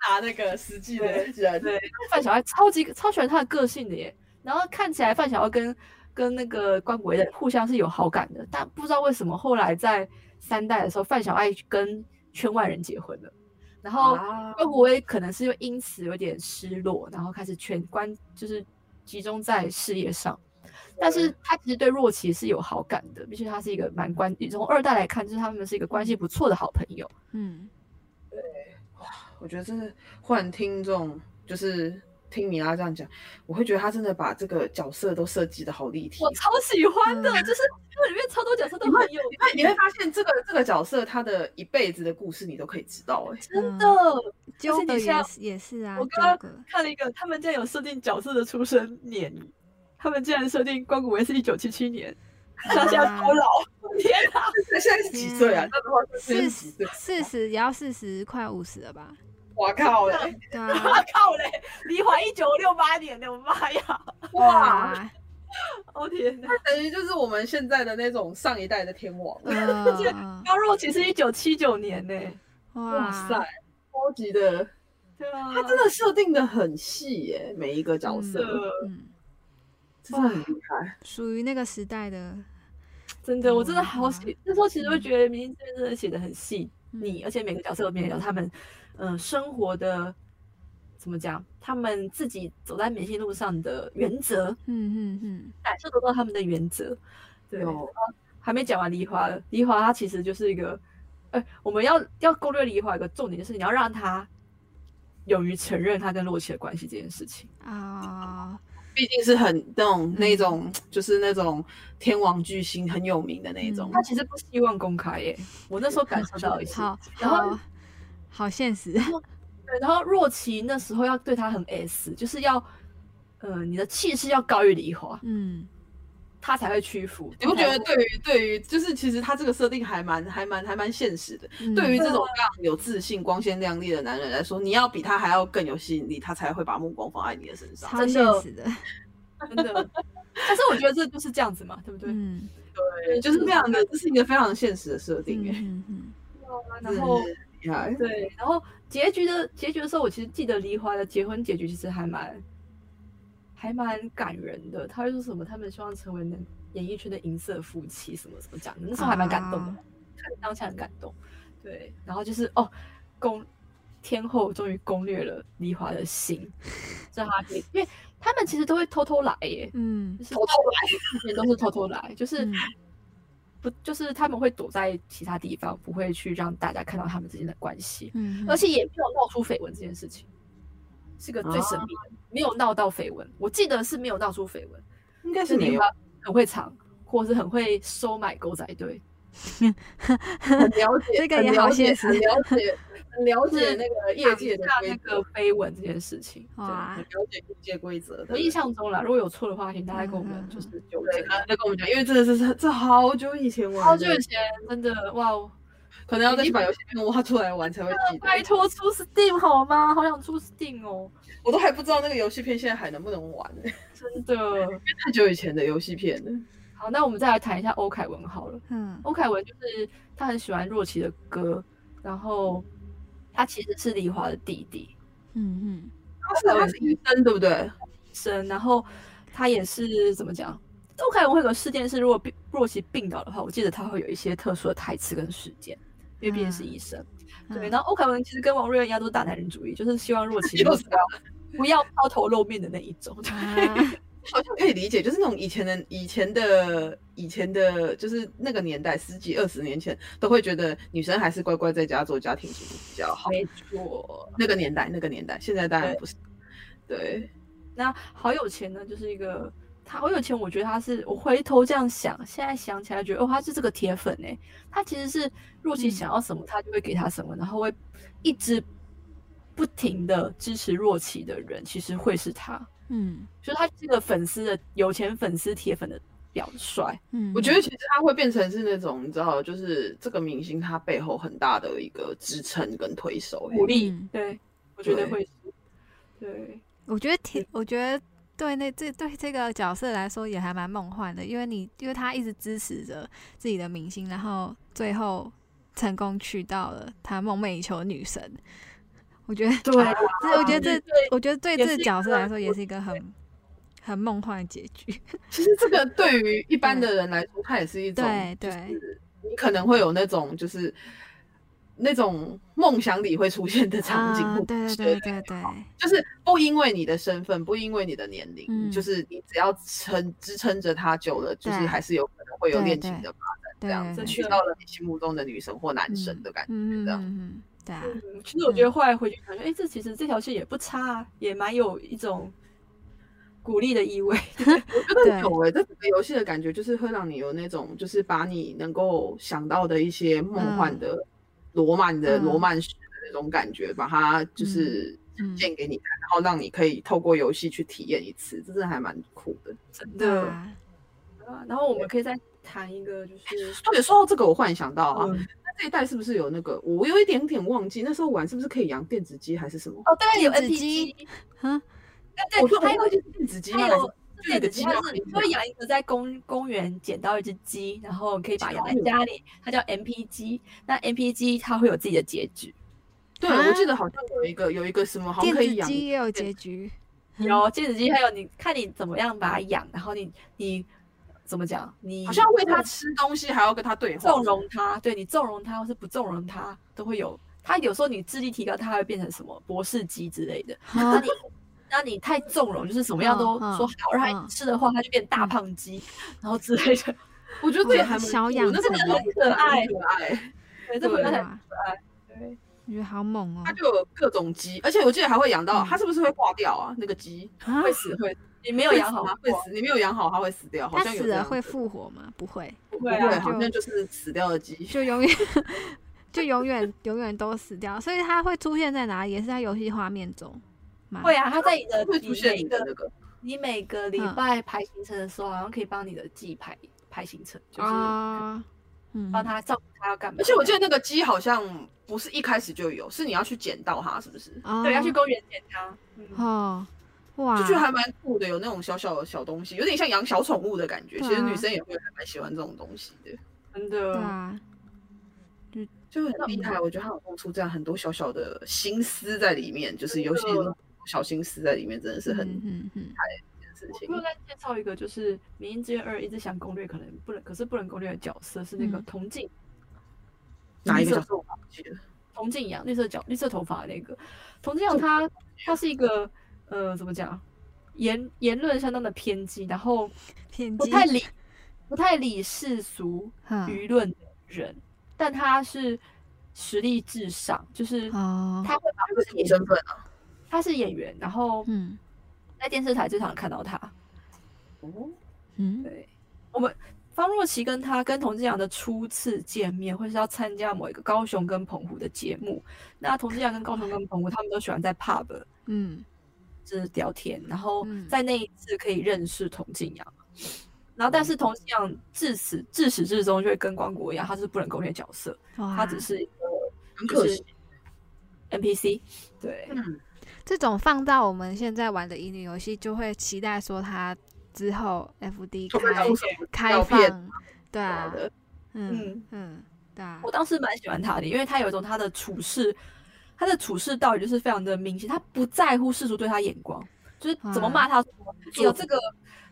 Speaker 4: 拿那个实际的
Speaker 3: 对
Speaker 4: 人，
Speaker 3: 对，范晓爱超级超喜欢她的个性的耶。然后看起来范晓爱跟跟那个关谷威的互相是有好感的，但不知道为什么后来在三代的时候，范晓爱跟圈外人结婚了，然后
Speaker 4: 啊，
Speaker 3: 关谷威可能是因为因此有点失落，然后开始全关就是集中在事业上。但是他其实对若琪是有好感的，毕竟他是一个蛮关，从二代来看，就是他们是一个关系不错的好朋友。
Speaker 2: 嗯，
Speaker 4: 我觉得真的忽然听这种，就是听米拉这样讲，我会觉得他真的把这个角色都设计的好立体。
Speaker 3: 我超喜欢的，
Speaker 2: 嗯
Speaker 3: 就是因为里面超多角色都很有，
Speaker 4: 你会你会发现这个这个角色他的一辈子的故事你都可以知道哎、
Speaker 3: 真
Speaker 2: 真
Speaker 3: 的。
Speaker 2: 纠
Speaker 3: 你
Speaker 2: 葛呃也
Speaker 3: 像
Speaker 2: 是也是啊，
Speaker 3: 我
Speaker 2: 纠
Speaker 3: 刚
Speaker 2: 葛
Speaker 3: 刚看了一个，他们竟然有设定角色的出生年，他们竟然设定关谷维是一九七七年，他现在
Speaker 2: 啊
Speaker 3: 多老？ 天哪！
Speaker 4: 那现在是几岁啊
Speaker 2: 天啊？
Speaker 4: 那的话是
Speaker 2: 四
Speaker 4: 几岁
Speaker 2: 十？四十也要四十快五十了吧？
Speaker 4: 哇靠嘞！
Speaker 2: 对啊，
Speaker 3: 我靠嘞，梨花一九六八年的，我妈呀！
Speaker 4: 哇，，
Speaker 3: 哦天哪！
Speaker 4: 等于就是我们现在的那种上一代的天王，
Speaker 2: 呃，
Speaker 3: 高若琪是一九七九年呢、
Speaker 4: 哇塞，，超级的，
Speaker 3: 对啊，
Speaker 4: 他真的设定的很细耶、每一个角色，
Speaker 3: 嗯
Speaker 2: 嗯，
Speaker 4: 真的很厉害。
Speaker 2: 属于那个时代的，
Speaker 3: 嗯真的，我真的好喜。那时候其实会觉得《明星志愿》真的写的很细你，而且每个角色有每个角色他们，嗯、生活的怎么讲，他们自己走在明星路上的原则，
Speaker 2: 嗯嗯嗯，
Speaker 3: 感受得到他们的原则。对，
Speaker 4: 有
Speaker 3: 还没讲完梨花，梨花它其实就是一个，哎、我们要要攻略梨花，有一个重点就是你要让他勇于承认他跟洛奇的关系这件事情。
Speaker 2: 啊、
Speaker 4: 毕竟是很那种
Speaker 3: 嗯
Speaker 4: 那种就是那种天王巨星很有名的那种，
Speaker 3: 嗯他其实不希望公开耶，我那时候感受 到一次。
Speaker 2: 啊好
Speaker 3: 然后
Speaker 2: 好好现实，
Speaker 3: 对，然后若琪那时候要对他很 S，就是要，呃，你的气势要高于梨花，
Speaker 2: 嗯，
Speaker 3: 他才会屈服。
Speaker 4: 你不觉得
Speaker 3: 他才会？
Speaker 4: 对于对于就是其实他这个设定还蛮还蛮还蛮现实的。
Speaker 2: 嗯
Speaker 4: 对于这
Speaker 3: 啊
Speaker 4: 种非常有自信、光鲜亮丽的男人来说，你要比他还要更有吸引力，他才会把目光放在你的身上。
Speaker 2: 超
Speaker 3: 真
Speaker 2: 现
Speaker 3: 的
Speaker 2: 实的，
Speaker 3: 真的？ 但是我觉得这就是这样子嘛，对不对？
Speaker 2: 嗯
Speaker 4: 对，就是非常的，这是一个非常现实的设定，哎、
Speaker 2: 嗯嗯
Speaker 3: 然后
Speaker 4: 真的是厉害，
Speaker 3: 对，然后结局的结局的时候，我其实记得梨花的结婚结局其实还蛮还蛮感人的。他会说什么？他们希望成为能演艺圈的银色夫妻，什么什么讲的，那时候还蛮感动的，
Speaker 2: 啊
Speaker 3: 看当下很感动。对，然后就是哦，攻天后终于攻略了梨花的心，让他可以，因为他们其实都会偷偷来耶，
Speaker 2: 嗯
Speaker 3: 就是偷偷来，之前都是偷偷来，就是。
Speaker 2: 嗯
Speaker 3: 不就是他们会躲在其他地方，不会去让大家看到他们之间的关系。
Speaker 2: 嗯，
Speaker 3: 而且也没有闹出绯闻这件事情，是个最神秘的，没有闹到绯闻。我记得是没有闹出绯闻，
Speaker 4: 应该
Speaker 3: 就是是
Speaker 4: 没
Speaker 3: 你
Speaker 4: 有。
Speaker 3: 很会藏，或是很会收买狗仔队，很了解
Speaker 2: 这个也好现实
Speaker 5: 很了解，很了
Speaker 3: 就
Speaker 5: 解
Speaker 3: 是
Speaker 5: 那个业界的
Speaker 3: 下
Speaker 5: 规
Speaker 3: 那
Speaker 5: 则
Speaker 3: 个，绯闻这件事情。对，
Speaker 2: 哇
Speaker 4: 很，了解业界规则的，
Speaker 3: 我印象中啦，如果有错的话，请大家跟我们就是纠
Speaker 4: 对，啊
Speaker 3: 正。哦
Speaker 4: 他在跟我们讲，因为真的是这这好久以前玩
Speaker 3: 好
Speaker 4: 的，
Speaker 3: 久以前真的哇哦，
Speaker 4: 可能要再去把游戏片挖出来玩才会记得。
Speaker 3: 啊拜托出 Steam 好吗？好想出 Steam 哦，
Speaker 4: 我都还不知道那个游戏片现在还能不能玩，因为
Speaker 3: 真的。
Speaker 4: 太久以前的游戏片了。
Speaker 3: 好，那我们再来谈一下欧凯文好了。
Speaker 2: 嗯
Speaker 3: 欧凯文就是他很喜欢若琪的歌，然后他其实是梨花的弟弟
Speaker 2: 嗯
Speaker 4: 他是他是医生对不对？
Speaker 3: 生，然后他也是怎么讲？欧凯文会有个事件是，如果病若琪病倒的话，我记得他会有一些特殊的台词跟时间，因为毕竟是医生。
Speaker 2: 嗯，
Speaker 3: 对，
Speaker 2: 嗯
Speaker 3: 然后欧凯文其实跟王瑞恩一样都是大男人主义，就是希望若琪
Speaker 4: 就
Speaker 3: 不
Speaker 4: 是
Speaker 3: 要不要抛头露面的那一种。
Speaker 2: 啊
Speaker 4: 好像可以理解，就是那种以前的、以前的、以前的，就是那个年代，十几二十年前，都会觉得女生还是乖乖在家做家庭主妇比较好。
Speaker 3: 没错，
Speaker 4: 那个年代，那个年代，现在当然不是。对，
Speaker 3: 那好有钱呢，就是一个他好有钱，我觉得他是我回头这样想，现在想起来觉得哦，他是这个铁粉哎、他其实是
Speaker 2: 嗯
Speaker 3: 若琪想要什么，他就会给他什么，然后会一直不停的支持若琪的人，其实会是他，
Speaker 2: 嗯
Speaker 3: 就是他这个粉丝的有钱粉丝铁粉的表率，
Speaker 2: 嗯，
Speaker 4: 我觉得其实他会变成是那种，你知道，就是这个明星他背后很大的一个支撑跟推手、欸
Speaker 3: 鼓励，
Speaker 2: 嗯
Speaker 3: 对我觉得
Speaker 4: 对
Speaker 3: 会是，对，
Speaker 2: 我觉得挺，我觉得对那这对这个角色来说也还蛮梦幻的，因为你因为他一直支持着自己的明星，然后最后成功娶到了他梦寐以求的女神。我觉得，
Speaker 3: 对啊
Speaker 2: 这我觉得这，我觉得对
Speaker 3: 也
Speaker 2: 这
Speaker 3: 是
Speaker 2: 个
Speaker 3: 一
Speaker 2: 角色
Speaker 3: 个
Speaker 2: 来说也是一个很很梦幻的结局。
Speaker 4: 其实这个对于一般的人来说，它也是一种，
Speaker 2: 对
Speaker 4: 就
Speaker 2: 对
Speaker 4: 是你可能会有那种就是那种梦想里会出现的场景，
Speaker 2: 啊
Speaker 4: 或者
Speaker 2: 对对
Speaker 4: 是
Speaker 2: 对对对，
Speaker 4: 就是不因为你的身份，不因为你的年龄，
Speaker 2: 嗯
Speaker 4: 就是你只要撑支撑着它久了，就是
Speaker 2: 对
Speaker 4: 还是有可能会有恋情的发展，这
Speaker 2: 对
Speaker 4: 样
Speaker 2: 对
Speaker 4: 子
Speaker 2: 对
Speaker 3: 真
Speaker 4: 娶
Speaker 3: 的
Speaker 4: 到了你心目中的女神或男神的感觉。
Speaker 2: 嗯嗯
Speaker 4: 这
Speaker 2: 嗯
Speaker 4: 样
Speaker 2: 嗯，对啊，
Speaker 3: 嗯，其实我觉得后来回去感觉，哎、这其实这条线也不差、啊，也蛮有一种鼓励的意味。
Speaker 4: 我觉得
Speaker 2: 对
Speaker 4: 有诶、这整个游戏的感觉就是会让你有那种，就是把你能够想到的一些梦幻的罗曼的、
Speaker 2: 嗯
Speaker 4: 罗曼史的那种感觉，把它就是
Speaker 2: 嗯
Speaker 4: 献给你看，然后让你可以透过游戏去体验一次，这真的还蛮酷的。
Speaker 3: 真
Speaker 2: 对
Speaker 3: 的。
Speaker 2: 啊，
Speaker 3: 啊然后我们可以再谈一个，就是
Speaker 4: 对，说到这个，我忽然想到啊，
Speaker 3: 嗯
Speaker 4: 那这一代是不是有那个？我有一点点忘记，那时候玩是不是可以养电子鸡还是什么？
Speaker 3: 哦，对，有
Speaker 2: 电
Speaker 3: N
Speaker 2: 子
Speaker 3: P
Speaker 2: 鸡
Speaker 3: 机，
Speaker 2: 哈，
Speaker 3: 对
Speaker 4: 我说我
Speaker 3: 还有
Speaker 4: 忘记是电子鸡吗？
Speaker 3: 还
Speaker 4: 还是
Speaker 3: 有
Speaker 4: 就有一个鸡
Speaker 3: 它
Speaker 4: 肉
Speaker 3: 是会养一个在公公园捡到一只鸡，然后可以把它养在家里，它叫 M P 鸡。那 M P 鸡它会有自己的结局，
Speaker 4: 对，
Speaker 2: 啊
Speaker 4: 我记得好像有一个有一个什么，好像
Speaker 2: 电
Speaker 4: 可以
Speaker 2: 子
Speaker 4: 养
Speaker 2: 鸡也有结局，
Speaker 3: 嗯有戒指鸡，还有你看你怎么样把它养，然后你你怎么讲？你
Speaker 4: 好像喂他吃东西还要跟他对话，
Speaker 3: 纵容他，对你纵容他或是不纵容他，都会有。他有时候你智力提高，他还会变成什么博士鸡之类的。那你那你太纵容，就是什么样都
Speaker 2: 嗯
Speaker 3: 说好，让
Speaker 2: 嗯
Speaker 3: 他吃的话，他就变大胖鸡，然后之类的。
Speaker 4: 我觉得这也还蛮
Speaker 2: 小养
Speaker 4: 那个
Speaker 2: 成
Speaker 4: 很可爱，可爱。
Speaker 3: 对，这不
Speaker 4: 对
Speaker 3: 太
Speaker 2: 哇
Speaker 3: 对。
Speaker 2: 啊我觉得好猛哦
Speaker 4: 它！就有各种鸡，而且我记得还会养到
Speaker 2: 嗯
Speaker 4: 它是不是会挂掉啊？那个鸡
Speaker 2: 啊，
Speaker 4: 会死会
Speaker 3: 你没有养好
Speaker 4: 它会死，你没有养好它会死掉，好
Speaker 2: 它
Speaker 4: 像有
Speaker 2: 死
Speaker 4: 这样
Speaker 2: 了
Speaker 4: 子
Speaker 2: 会复活吗？不会，
Speaker 3: 不
Speaker 4: 不
Speaker 3: 会
Speaker 4: 会
Speaker 2: 对啊
Speaker 3: 啊，
Speaker 4: 好
Speaker 2: 就
Speaker 4: 像就是死掉的 鸡。
Speaker 2: 就永远 就永远永远都死掉，所以它会出现在哪里？也是在游戏画面中吗？
Speaker 3: 会啊，他在你的
Speaker 4: 会
Speaker 3: 你
Speaker 4: 出现
Speaker 3: 每
Speaker 4: 你
Speaker 3: 一
Speaker 4: 的
Speaker 3: 个
Speaker 4: 那个，
Speaker 3: 你每个礼
Speaker 2: 嗯
Speaker 3: 拜排行程的时候，好像可以帮你的记排排行程，就是
Speaker 2: 啊，嗯，
Speaker 3: 帮他照顾他要干嘛。
Speaker 4: 而且我记
Speaker 3: 得
Speaker 4: 得那个鸡好像不是一开始就有，是你要去捡到它，是不是？
Speaker 2: 哦
Speaker 3: 对要去公园捡他。嗯
Speaker 2: 哦，哇，
Speaker 4: 就觉得还蛮酷的，有那种小小的小东西，有点像养小宠物的感觉。
Speaker 2: 对啊
Speaker 4: 其实女生也会还蛮喜欢这种东西的，
Speaker 3: 真
Speaker 2: 对
Speaker 3: 的，
Speaker 2: 啊，
Speaker 4: 就很厉害。我觉得他有弄出这样很多小小的心思在里面，就是尤其
Speaker 3: 真的
Speaker 4: 小心思在里面，真的是很
Speaker 2: 嗯嗯
Speaker 4: 事
Speaker 3: 我
Speaker 4: 情
Speaker 3: 又。再介绍一个，就是《明星志愿二》一直想攻略，可能不能，可是不能攻略的角色是那个
Speaker 2: 嗯
Speaker 3: 童静，
Speaker 4: 哪一
Speaker 3: 绿
Speaker 4: 个
Speaker 3: 色
Speaker 4: 角色我忘记了？
Speaker 3: 童静阳，绿色角、绿色头发的那个童静阳他，他是一个呃，怎么讲，言言论相当的偏激，然后
Speaker 2: 嗯，偏
Speaker 3: 不
Speaker 2: 激，
Speaker 3: 太理不太理世俗
Speaker 2: 嗯
Speaker 3: 舆论的人，但他是实力至上，就是
Speaker 2: 哦，
Speaker 3: 他会把
Speaker 4: 这是你身份啊？
Speaker 3: 他是演员，然后
Speaker 2: 嗯
Speaker 3: 在电视台最常看到他。
Speaker 4: 哦
Speaker 2: 嗯，
Speaker 3: 对，我们方若琪跟他跟童志阳的初次见面，会是要参加某一个高雄跟澎湖的节目。那童志阳跟高雄跟澎湖，他们都喜欢在 pub
Speaker 2: 嗯
Speaker 3: 就是聊天，然后
Speaker 2: 嗯
Speaker 3: 在那一次可以认识童静阳。然后，但
Speaker 4: 嗯
Speaker 3: 是童静阳至此至始至终就会跟光国一样，他是不能攻略角色，
Speaker 2: 哇，
Speaker 3: 他只是一个
Speaker 4: 很
Speaker 3: 就
Speaker 4: 可
Speaker 3: 是
Speaker 4: 惜，
Speaker 3: NPC。对，
Speaker 4: 嗯，
Speaker 2: 这种放到我们现在玩的乙女游戏，就会期待说它之后 FD
Speaker 4: 就会
Speaker 2: 开
Speaker 4: 出什么
Speaker 2: 开
Speaker 4: 照片
Speaker 2: 放，对啊，
Speaker 4: 的。
Speaker 2: 嗯
Speaker 3: 嗯
Speaker 2: 嗯，对啊
Speaker 3: 我，当时蛮喜欢他的，因为他有一种他的处事，他的处事道理就是非常的明显，他不在乎世俗对他眼光，就是怎么骂他说，有这个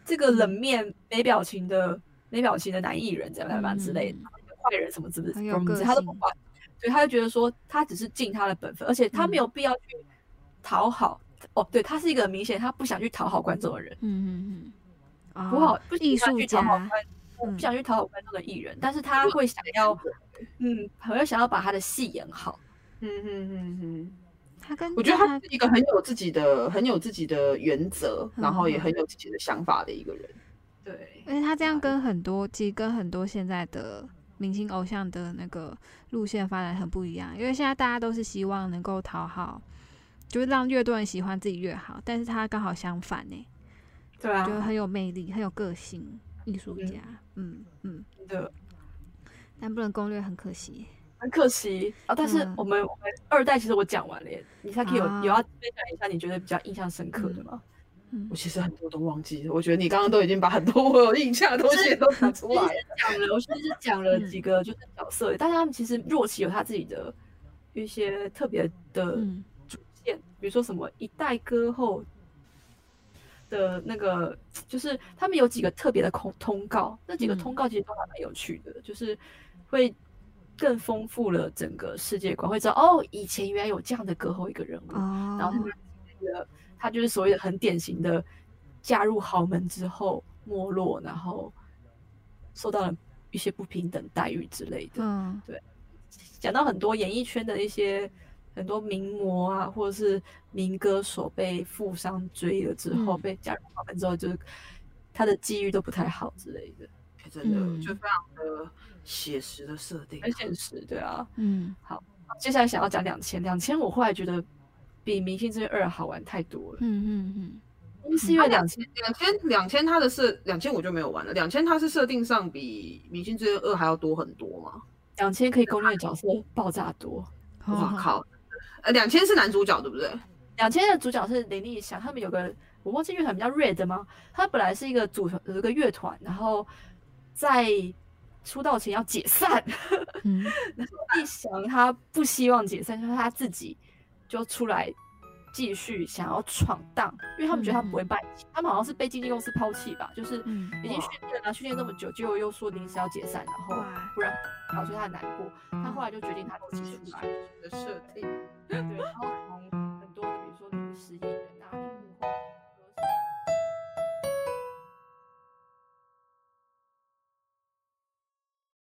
Speaker 3: 这个冷面没表情的没表情的男艺人怎么样怎么样之类的，
Speaker 2: 嗯
Speaker 3: 坏人什么之类
Speaker 2: 很有个
Speaker 3: 的，
Speaker 2: 性
Speaker 3: 他都不管，对，他就觉得说他只是尽他的本分，而且
Speaker 2: 嗯
Speaker 3: 他没有必要去讨好。哦，对，他是一个很明显他不想去讨好观众的人，
Speaker 2: 嗯嗯嗯，
Speaker 3: 不
Speaker 2: 哦
Speaker 3: 好不
Speaker 2: 艺
Speaker 3: 喜欢
Speaker 2: 术
Speaker 3: 去讨嗯好
Speaker 2: 家
Speaker 3: 观，，不想去讨好观众的艺人，但是他会想要，嗯，好像想要把他的戏演好。
Speaker 4: 嗯嗯嗯嗯，
Speaker 2: 他跟
Speaker 4: 我觉得他
Speaker 2: 他
Speaker 4: 是一个很有自己的、很有自己的原则，
Speaker 2: 嗯
Speaker 4: 然后也很有自己的想法的一个人。
Speaker 3: 对，
Speaker 2: 而且他这样跟很多，其实跟很多现在的明星偶像的那个路线发展很不一样，因为现在大家都是希望能够讨好，就是让越多人喜欢自己越好，但是他刚好相反欸呢、
Speaker 3: 对啊
Speaker 2: 就很有魅力，很有个性，艺术家，嗯嗯，
Speaker 3: 真的
Speaker 2: 但不能攻略，很可惜。
Speaker 3: 很可惜啊。但是
Speaker 2: 嗯
Speaker 3: 我们、我们二代其实我讲完了耶，你才可以有、
Speaker 2: 啊
Speaker 3: 有要分享一下你觉得比较印象深刻的吗？
Speaker 2: 嗯
Speaker 4: 我，其实很多都忘记了，我觉得你刚刚都已经把很多 我有印象的东西都讲出来了。
Speaker 3: 讲了，我其实讲了几个就是角色，但是他们其实若琪有他自己的一些特别的
Speaker 2: 嗯
Speaker 3: 主线，比如说什么一代歌后的那个，就是他们有几个特别的通通告，那几个
Speaker 2: 嗯
Speaker 3: 通告其实都还蛮有趣的，就是会更丰富了整个世界观，会知道哦，以前原来有这样的歌后一个人物，
Speaker 2: 哦，
Speaker 3: 然后他的他就是所谓的很典型的嫁入豪门之后没落，然后受到了一些不平等待遇之类的。
Speaker 2: 嗯
Speaker 3: 讲到很多演艺圈的一些很多名模啊，或者是名歌手被富商追了之后，
Speaker 2: 嗯
Speaker 3: 被嫁入豪门之后，就是他的际遇都不太好之类的，
Speaker 4: 真的、
Speaker 2: 嗯
Speaker 4: 就非常的写实的设定。
Speaker 3: 很现实，对啊。
Speaker 2: 嗯，
Speaker 3: 接下来想要讲两千，两千我后来觉得比《明星志愿二》好玩太多了，
Speaker 2: 嗯嗯嗯，
Speaker 3: 是因为两千。
Speaker 4: 两千两千，它的设两千我就没有玩了。两千它是设定上比《明星之愿二》还要多很多嘛？
Speaker 3: 两千可以攻略的角色爆炸多。
Speaker 4: 我、
Speaker 2: 好，好
Speaker 4: 靠！呃，两千是男主角对不对？
Speaker 3: 两千的主角是林立祥，他们有个我忘记乐团叫 Red 吗？他本来是一个组团，有一个乐团，然后在出道前要解散，
Speaker 2: 嗯
Speaker 3: 然后立祥他不希望解散，就是他自己就出来继续想要闯荡，因为他们觉得他们不会
Speaker 2: 嗯
Speaker 3: 败绩，他们好像是被经纪公司抛弃吧，就是
Speaker 2: 嗯
Speaker 3: 已经训练了，训练那么久，结果又说临时要解散，然后
Speaker 2: 哇
Speaker 3: 不然，然后所以他很难过，他后来就决定他自己出来，
Speaker 4: 的设定。
Speaker 3: 对，然后从很多的比如说那个实业员啊